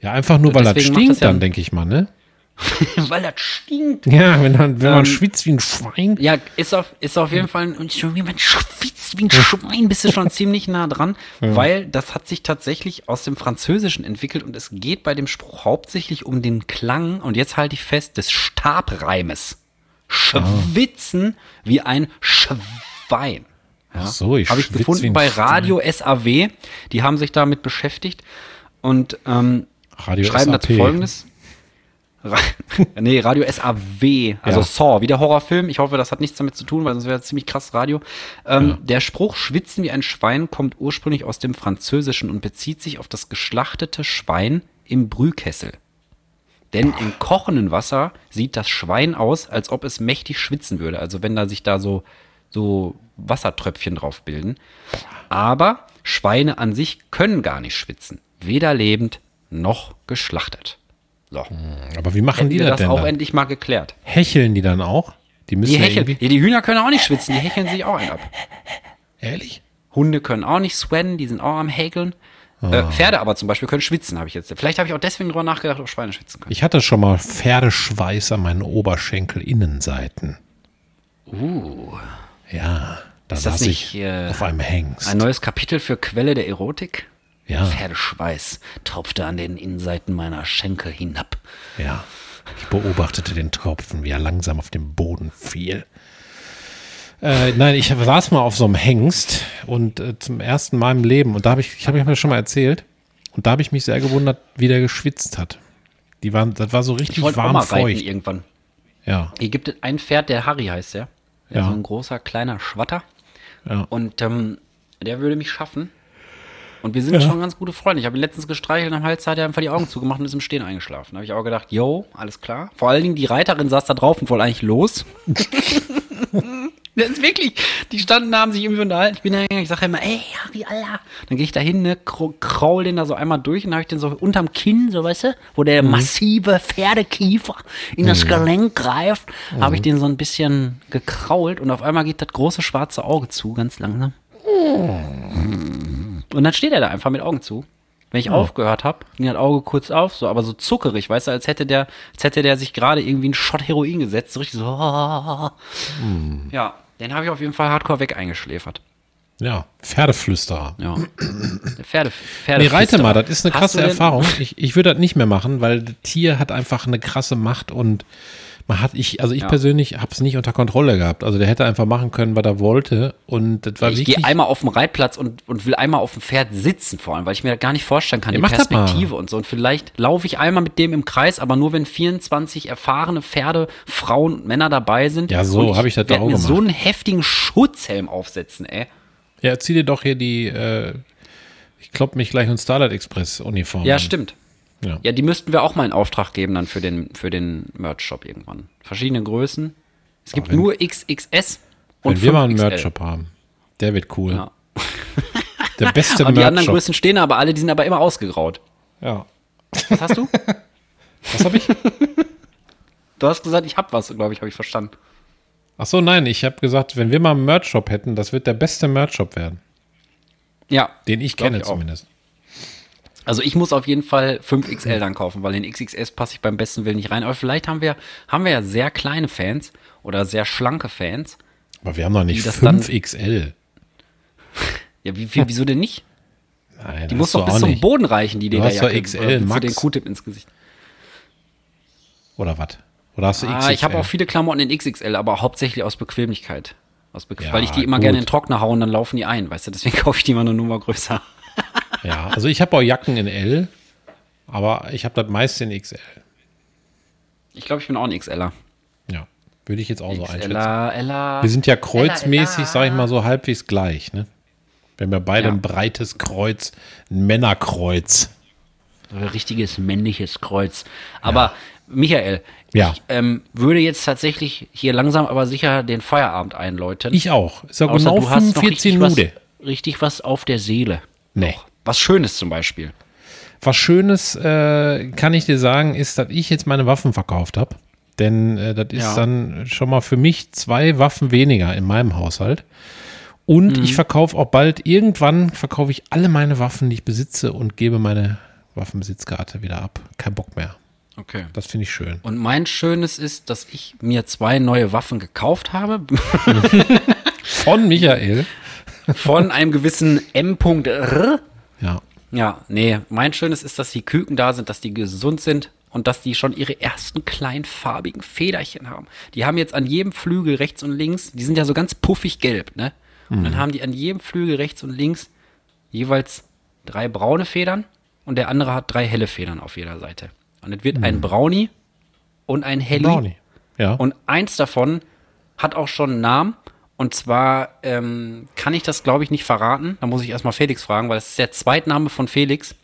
S1: Ja, einfach nur, weil das
S2: Deswegen macht das
S1: stinkt
S2: ja-
S1: dann, denke ich mal, ne? <laughs>
S2: <laughs> weil das stinkt.
S1: Ja, wenn, dann, wenn
S2: Ähm,
S1: man schwitzt wie ein Schwein.
S2: Ja, ist auf, ist auf
S1: Hm.
S2: jeden Fall, und schon jemand schwitzt wie ein Schwein, bist
S1: <laughs>
S2: du schon ziemlich nah dran,
S1: Hm.
S2: weil das hat sich tatsächlich aus dem Französischen entwickelt und es geht bei dem Spruch hauptsächlich um den Klang, und jetzt halte ich fest, des Stabreimes. Schwitzen wie ein Schwein.
S1: Ach so, ich
S2: Habe ich
S1: schwitz wie ein
S2: gefunden bei
S1: Schwein.
S2: Radio SAW, die haben sich damit beschäftigt und ähm,
S1: Radio
S2: schreiben
S1: SAP.
S2: dazu folgendes. Ra <laughs> nee, Radio SAW, also
S1: Ja.
S2: Saw, wie der Horrorfilm. Ich hoffe, das hat nichts damit zu tun, weil sonst wäre das ziemlich krass Radio. Ähm, Der Spruch Schwitzen wie ein Schwein kommt ursprünglich aus dem Französischen und bezieht sich auf das geschlachtete Schwein im Brühkessel. Denn im kochenden Wasser sieht das Schwein aus, als ob es mächtig schwitzen würde. Also wenn da sich da so, so Wassertröpfchen drauf bilden. Aber Schweine an sich können gar nicht schwitzen. Weder lebend noch geschlachtet. So.
S1: Aber Mhm. wie machen
S2: Hätten
S1: die
S2: wir
S1: das,
S2: das
S1: denn?
S2: auch
S1: Dann?
S2: endlich mal geklärt.
S1: Hecheln die dann auch? Die müssen
S2: Die
S1: ja
S2: hecheln.
S1: irgendwie.
S2: Ja, die Hühner können auch nicht schwitzen, die hecheln sich auch einen ab.
S1: Ehrlich?
S2: Hunde können auch nicht sweaten, die sind auch am Häkeln.
S1: Ah.
S2: Äh, Pferde aber zum Beispiel können schwitzen, habe ich jetzt. Vielleicht habe ich auch deswegen drüber nachgedacht, ob Schweine schwitzen können.
S1: Ich hatte schon mal Pferdeschweiß an meinen Oberschenkelinnenseiten. Uh. Ja, da
S2: das
S1: saß
S2: nicht,
S1: ich
S2: äh,
S1: auf einem Hengst.
S2: Ein neues Kapitel für Quelle der Erotik?
S1: Ja.
S2: Pferdeschweiß tropfte an den Innenseiten meiner Schenkel hinab.
S1: ja. Ich beobachtete den Tropfen, wie er langsam auf den Boden fiel. Äh, nein, ich saß mal auf so einem Hengst und äh, zum ersten Mal im Leben und da habe ich, ich habe ich mir schon mal erzählt und da habe ich mich sehr gewundert, wie der geschwitzt hat. Die waren, das war so richtig
S2: Ich wollte auch
S1: warm
S2: mal reiten
S1: feucht.
S2: irgendwann.
S1: Ja.
S2: Hier gibt es ein Pferd, der Harry heißt, ja. ja.
S1: Ja.
S2: So ein großer, kleiner Schwatter.
S1: Ja.
S2: Und ähm, der würde mich schaffen. Und wir sind schon ganz gute Freunde. Ich habe ihn letztens gestreichelt am Hals, hat er einfach die Augen zugemacht und ist im Stehen eingeschlafen. Da habe ich auch gedacht, yo, alles klar. Vor allen Dingen die Reiterin saß da drauf und wollte eigentlich los. das ist wirklich, die standen da, haben sich irgendwie unterhalten. Ich bin da hingegangen, ich sage immer, ey, Harry, Alter. Dann gehe ich da hin, ne, kro- kraul den da so einmal durch und habe ich den so unterm Kinn, so weißt du, wo der massive Pferdekiefer in das Gelenk greift, habe ich den so ein bisschen gekrault und auf einmal geht das große schwarze Auge zu, ganz langsam. Und dann steht er da einfach mit Augen zu. Wenn ich aufgehört habe, ging das Auge kurz auf, so, aber so zuckerig, weißt du, als hätte der, als hätte der sich gerade irgendwie einen Shot Heroin gesetzt, so richtig so. Ja, den habe ich auf jeden Fall hardcore weg eingeschläfert.
S1: Ja, Pferdeflüsterer.
S2: Ja. Der Pferde, Pferde
S1: Nee, reite mal, das ist eine krasse
S2: Erfahrung.
S1: Erfahrung. Ich, ich würde das nicht mehr machen, weil das Tier hat einfach eine krasse Macht und man hat, ich, also ich
S2: Ja.
S1: persönlich habe es nicht unter Kontrolle gehabt. Also der hätte einfach machen können, was er wollte und das war
S2: Ich
S1: wirklich.
S2: gehe einmal auf den Reitplatz und, und will einmal auf dem Pferd sitzen, vor allem, weil ich mir das gar nicht vorstellen kann,
S1: Ja,
S2: die
S1: mach das mal.
S2: Perspektive und so. Und vielleicht laufe ich einmal mit dem im Kreis, aber nur wenn 24 erfahrene Pferde, Frauen und Männer dabei sind.
S1: Ja, so
S2: Und
S1: hab ich das da
S2: werd
S1: auch
S2: mir
S1: gemacht.
S2: so einen heftigen Schutzhelm aufsetzen, ey.
S1: ja, zieh dir doch hier die, äh, ich klopp mich gleich in Starlight Express Uniform.
S2: Ja,
S1: an.
S2: stimmt.
S1: Ja.
S2: Ja, die müssten wir auch mal in Auftrag geben dann für den, für den Merch-Shop irgendwann. Verschiedene Größen. Es gibt
S1: wenn-
S2: nur XXS und
S1: Wenn wir mal einen
S2: 5XL.
S1: Merch-Shop haben, der wird cool.
S2: Ja.
S1: <laughs> Der beste
S2: <laughs> Und die anderen
S1: Merch-Shop.
S2: Größen stehen aber alle, die sind aber immer ausgegraut.
S1: Ja.
S2: Was
S1: <laughs>
S2: hast du?
S1: Was habe ich?
S2: du hast gesagt, ich hab was, glaube ich, habe ich verstanden.
S1: Ach so, nein, ich habe gesagt, wenn wir mal einen Merch-Shop hätten, das wird der beste Merch-Shop werden.
S2: Ja.
S1: Den ich
S2: Glaub
S1: kenne
S2: ich auch.
S1: zumindest.
S2: Also ich muss auf jeden Fall 5XL dann kaufen, weil in XXS passe ich beim besten Willen nicht rein. Aber vielleicht haben wir, haben wir ja sehr kleine Fans oder sehr schlanke Fans.
S1: Aber wir haben noch nicht
S2: Das dann-
S1: 5XL.
S2: Ja, wie, wie, wieso denn nicht?
S1: Nein,
S2: Die muss doch bis zum Boden reichen, die
S1: Du hast doch XL
S2: Für
S1: Max.
S2: den Q-Tip ins Gesicht.
S1: Oder was? Oder hast du
S2: Ah, ich habe
S1: XXL?
S2: auch viele Klamotten in XXL, aber hauptsächlich aus Bequemlichkeit. Aus Bequ
S1: Ja,
S2: weil ich die immer
S1: gut.
S2: gerne in den Trockner haue und dann laufen die ein, weißt du? Deswegen <laughs> kaufe ich die immer eine Nummer größer.
S1: Ja, also ich habe auch Jacken in L, aber ich habe das meiste in XL.
S2: Ich glaube, ich bin auch ein XLer.
S1: Ja, würde ich jetzt auch so einschätzen.
S2: XLer, Ella.
S1: Wir sind ja kreuzmäßig, sag ich mal, so halbwegs gleich, ne? Wir haben ja beide
S2: Ja.
S1: ein breites Kreuz, ein Männerkreuz.
S2: Ein richtiges männliches Kreuz. Aber Michael,
S1: Ja.
S2: ich ähm, würde jetzt tatsächlich hier langsam aber sicher den Feierabend einläuten.
S1: Ich auch. Ist ja
S2: Außer
S1: genau
S2: du hast noch
S1: 45
S2: richtig
S1: Nude.
S2: was, richtig was auf der Seele.
S1: Nee.
S2: Noch. Was Schönes zum Beispiel.
S1: Was Schönes äh, kann ich dir sagen, ist, dass ich jetzt meine Waffen verkauft habe. Denn äh, das ist
S2: Ja.
S1: dann schon mal für mich zwei Waffen weniger in meinem Haushalt.
S2: Mhm.
S1: Und ich verkaufe auch bald, irgendwann verkaufe ich alle meine Waffen, die ich besitze und gebe meine Waffenbesitzkarte wieder ab. Kein Bock mehr.
S2: Okay.
S1: Das finde ich schön.
S2: Und mein Schönes ist, dass ich mir zwei neue Waffen gekauft habe <laughs>
S1: Von Michael.
S2: von einem gewissen M.R.
S1: Ja.
S2: Ja, nee, mein Schönes ist, dass die Küken da sind, dass die gesund sind und dass die schon ihre ersten kleinen farbigen Federchen haben. Die haben jetzt an jedem Flügel rechts und links, die sind ja so ganz puffig gelb, ne? Und dann haben die an jedem Flügel rechts und links jeweils drei braune Federn und der andere hat drei helle Federn auf jeder Seite. Und es wird ein Brownie und ein Helly.
S1: Brownie. Ja.
S2: Und eins davon hat auch schon einen Namen. Und zwar ähm, kann ich das, glaube ich, nicht verraten. Da muss ich erstmal Felix fragen, weil das ist der Zweitname von Felix.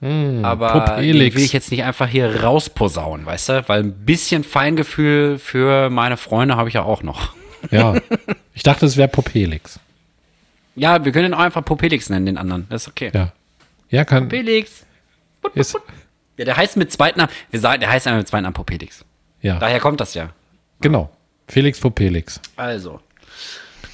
S2: Aber den
S1: Popelix.
S2: will ich jetzt nicht einfach hier rausposaunen, weißt du? Weil ein bisschen Feingefühl für meine Freunde habe ich ja auch noch.
S1: ja. Ich dachte, es wäre Popelix.
S2: Ja, wir können ihn auch einfach Popelix nennen, den anderen. Das ist okay.
S1: Ja. Ja, kann.
S2: Popelix.
S1: Ist,
S2: Ja, der heißt mit Zweitnamen, wir sagen, der heißt einfach mit Zweitnamen Popelix.
S1: ja,
S2: Daher kommt das ja.
S1: genau. Felix Popelix.
S2: Also.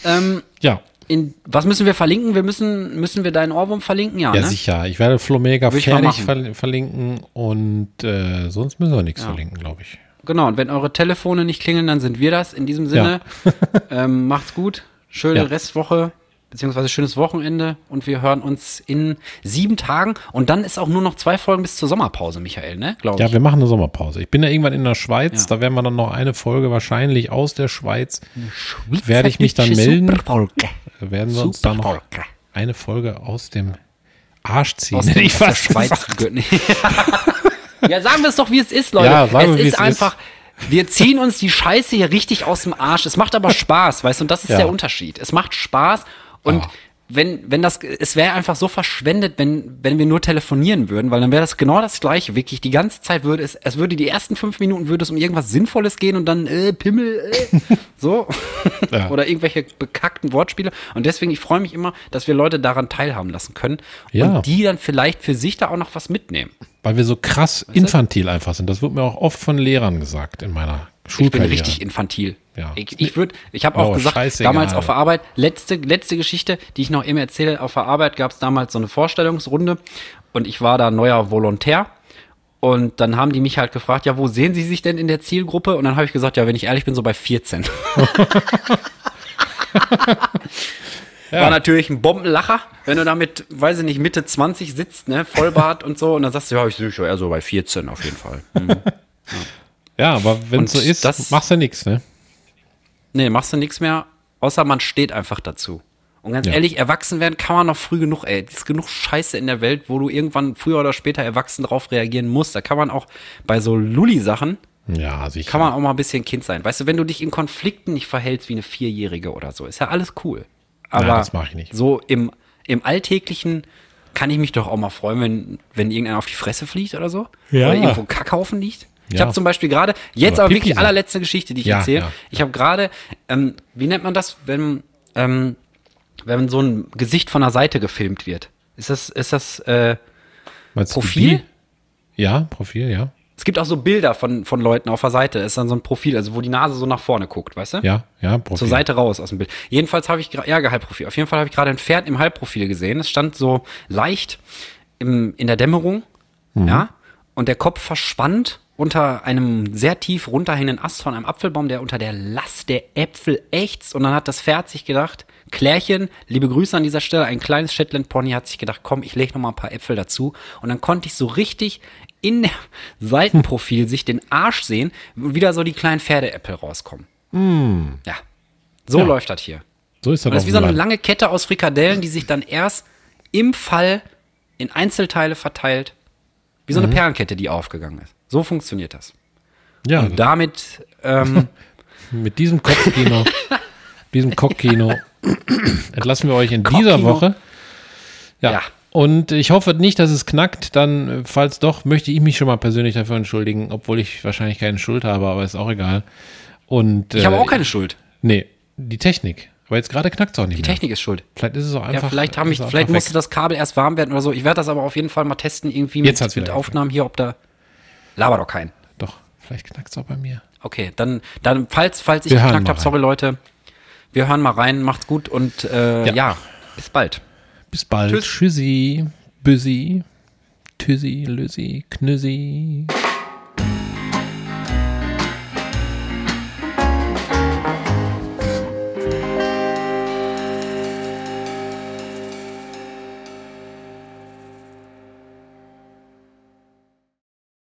S2: Ähm,
S1: Ja.
S2: In, was müssen wir verlinken? Wir müssen, müssen wir deinen Ohrwurm verlinken, ja,
S1: Ja,
S2: ne?
S1: sicher. Ich werde Flomega
S2: Würde ich mal
S1: fertig
S2: machen.
S1: verl- verlinken und äh, sonst müssen wir nichts verlinken, glaube ich.
S2: Genau, und wenn eure Telefone nicht klingeln, dann sind wir das. In
S1: <laughs>
S2: diesem Sinne, ähm, macht's gut, schöne
S1: Ja.
S2: Restwoche, beziehungsweise schönes Wochenende und wir hören uns in sieben Tagen. Und dann ist auch nur noch zwei Folgen bis zur Sommerpause, Michael, ne? Glaube
S1: Ja,
S2: ich.
S1: wir machen eine Sommerpause. Ich bin ja irgendwann in der Schweiz,
S2: Ja.
S1: da werden wir dann noch eine Folge wahrscheinlich aus der Schweiz. werde ich mich dann melden.
S2: Superfolge.
S1: Da werden wir uns dann noch
S2: Superfolge.
S1: eine Folge aus dem Arsch ziehen.
S2: Aus,
S1: hätte
S2: dem,
S1: ich
S2: <laughs> aus der
S1: fast
S2: Schweiz.
S1: gesagt.
S2: gehört. Nee.
S1: <laughs>
S2: ja, sagen wir es doch, wie es ist, Leute.
S1: Ja, sagen
S2: es
S1: wir, wie
S2: ist
S1: es
S2: einfach, wir ziehen uns die Scheiße hier richtig aus dem Arsch. Es
S1: <laughs>
S2: macht aber Spaß, weißt du, und das ist
S1: Ja.
S2: der Unterschied. Es macht Spaß und
S1: Ja.
S2: wenn, wenn das, es wäre einfach so verschwendet, wenn, wenn wir nur telefonieren würden, weil dann wäre das genau das gleiche, wirklich. Die ganze Zeit würde es, es würde die ersten fünf Minuten würde es um irgendwas Sinnvolles gehen und dann, äh, Pimmel, äh, so.
S1: <laughs> Ja.
S2: Oder irgendwelche bekackten Wortspiele. Und deswegen, ich freue mich immer, dass wir Leute daran teilhaben lassen können.
S1: Ja.
S2: Und die dann vielleicht für sich da auch noch was mitnehmen.
S1: Weil wir so krass infantil einfach sind. Das wird mir auch oft von Lehrern gesagt in meiner
S2: Ich bin
S1: Schulkarriere.
S2: richtig infantil.
S1: Ja.
S2: Ich, ich würde, ich habe auch
S1: Oh,
S2: gesagt,
S1: scheißegal.
S2: damals auf der Arbeit, letzte, letzte Geschichte, die ich noch eben erzähle, auf der Arbeit gab es damals so eine Vorstellungsrunde und ich war da neuer Volontär. Und dann haben die mich halt gefragt, ja, wo sehen Sie sich denn in der Zielgruppe? Und dann habe ich gesagt, ja, wenn ich ehrlich bin, so
S1: <laughs>
S2: bei 14. War natürlich ein Bombenlacher, wenn du damit, weiß ich nicht, Mitte 20 sitzt, ne, Vollbart und so. Und dann sagst du, ja, ich sehe schon eher so bei 14 auf jeden Fall. Mhm.
S1: ja, aber wenn es so
S2: Und
S1: ist,
S2: das-
S1: machst du nichts, ne?
S2: Nee, machst du nichts mehr, außer man steht einfach dazu. Und ganz
S1: Ja.
S2: ehrlich, erwachsen werden kann man noch früh genug, ey. Es ist genug Scheiße in der Welt, wo du irgendwann früher oder später erwachsen drauf reagieren musst. Da kann man auch bei so Lulli-Sachen,
S1: Ja, sicher.
S2: kann man auch mal ein bisschen Kind sein. Weißt du, wenn du dich in Konflikten nicht verhältst wie eine Vierjährige oder so, ist ja alles cool. Aber
S1: Nein, das mach ich nicht.
S2: so im, im Alltäglichen kann ich mich doch auch mal freuen, wenn, wenn irgendeiner auf die Fresse fliegt oder so.
S1: Ja.
S2: Oder irgendwo ein Kackhaufen liegt. Ich
S1: Ja.
S2: habe zum Beispiel gerade, jetzt
S1: Oder
S2: aber,
S1: Pipi
S2: wirklich
S1: sein.
S2: allerletzte Geschichte, die ich
S1: Ja,
S2: erzähle.
S1: ja.
S2: Ich habe gerade, ähm, wie nennt man das, wenn, ähm, wenn so ein Gesicht von der Seite gefilmt wird? Ist das, ist das, äh,
S1: Meinst du
S2: Profil?
S1: die? Ja, Profil, ja.
S2: es gibt auch so Bilder von, von Leuten auf der Seite. Ist dann so ein Profil, also wo die Nase so nach vorne guckt, weißt du?
S1: Ja, ja, Profil.
S2: Zur Seite raus aus dem Bild. Jedenfalls habe ich gerade, ja, Halbprofil. Auf jeden Fall habe ich gerade ein Pferd im Halbprofil gesehen. Es stand so leicht im, in der Dämmerung, ja, und der Kopf verschwand unter einem sehr tief runterhängenden Ast von einem Apfelbaum, der unter der Last der Äpfel ächzt. Und dann hat das Pferd sich gedacht, Klärchen, liebe Grüße an dieser Stelle, ein kleines Shetland Pony hat sich gedacht, komm, ich lege noch mal ein paar Äpfel dazu. Und dann konnte ich so richtig in der Seitenprofil sich den Arsch sehen, wo wieder so die kleinen Pferdeäpfel rauskommen. Ja, so läuft das hier.
S1: So ist das,
S2: Und das
S1: auf
S2: ist
S1: dem
S2: wie so eine
S1: Land.
S2: lange Kette aus Frikadellen, die sich dann erst im Fall in Einzelteile verteilt. Wie
S1: Mhm.
S2: so eine Perlenkette, die aufgegangen ist. So funktioniert das.
S1: Ja,
S2: Und damit,
S1: <laughs>
S2: ähm,
S1: mit diesem
S2: <laughs>
S1: Kopfkino, diesem Kopfkino entlassen wir euch in dieser
S2: Kopfkino.
S1: Woche. Ja.
S2: Ja.
S1: Und ich hoffe nicht, dass es knackt. Dann, äh, falls doch, möchte ich mich schon mal persönlich dafür entschuldigen, obwohl ich wahrscheinlich keine Schuld habe, aber ist auch egal. Und,
S2: ich habe
S1: äh,
S2: auch keine Schuld.
S1: Nee, die Technik. Aber jetzt gerade knackt es auch nicht
S2: Die
S1: mehr.
S2: Technik ist schuld.
S1: Vielleicht ist es auch einfach.
S2: ja, vielleicht haben
S1: ist
S2: mich,
S1: es einfach
S2: vielleicht
S1: weg.
S2: musste das Kabel erst warm werden oder so. Ich werde das aber auf jeden Fall mal testen, irgendwie
S1: Jetzt hat's
S2: mit,
S1: wieder
S2: mit Aufnahmen hier, ob da. Laber doch keinen.
S1: Doch, vielleicht knackt es auch bei mir.
S2: Okay, dann, dann falls, falls ich
S1: Wir hören mal
S2: geknackt habe,
S1: rein.
S2: sorry Leute. Wir hören mal rein, macht's gut und äh,
S1: Ja.
S2: ja. bis bald.
S1: Bis bald. Tschüssi, Büssi, Tüssi, Lüssi, Knüssi.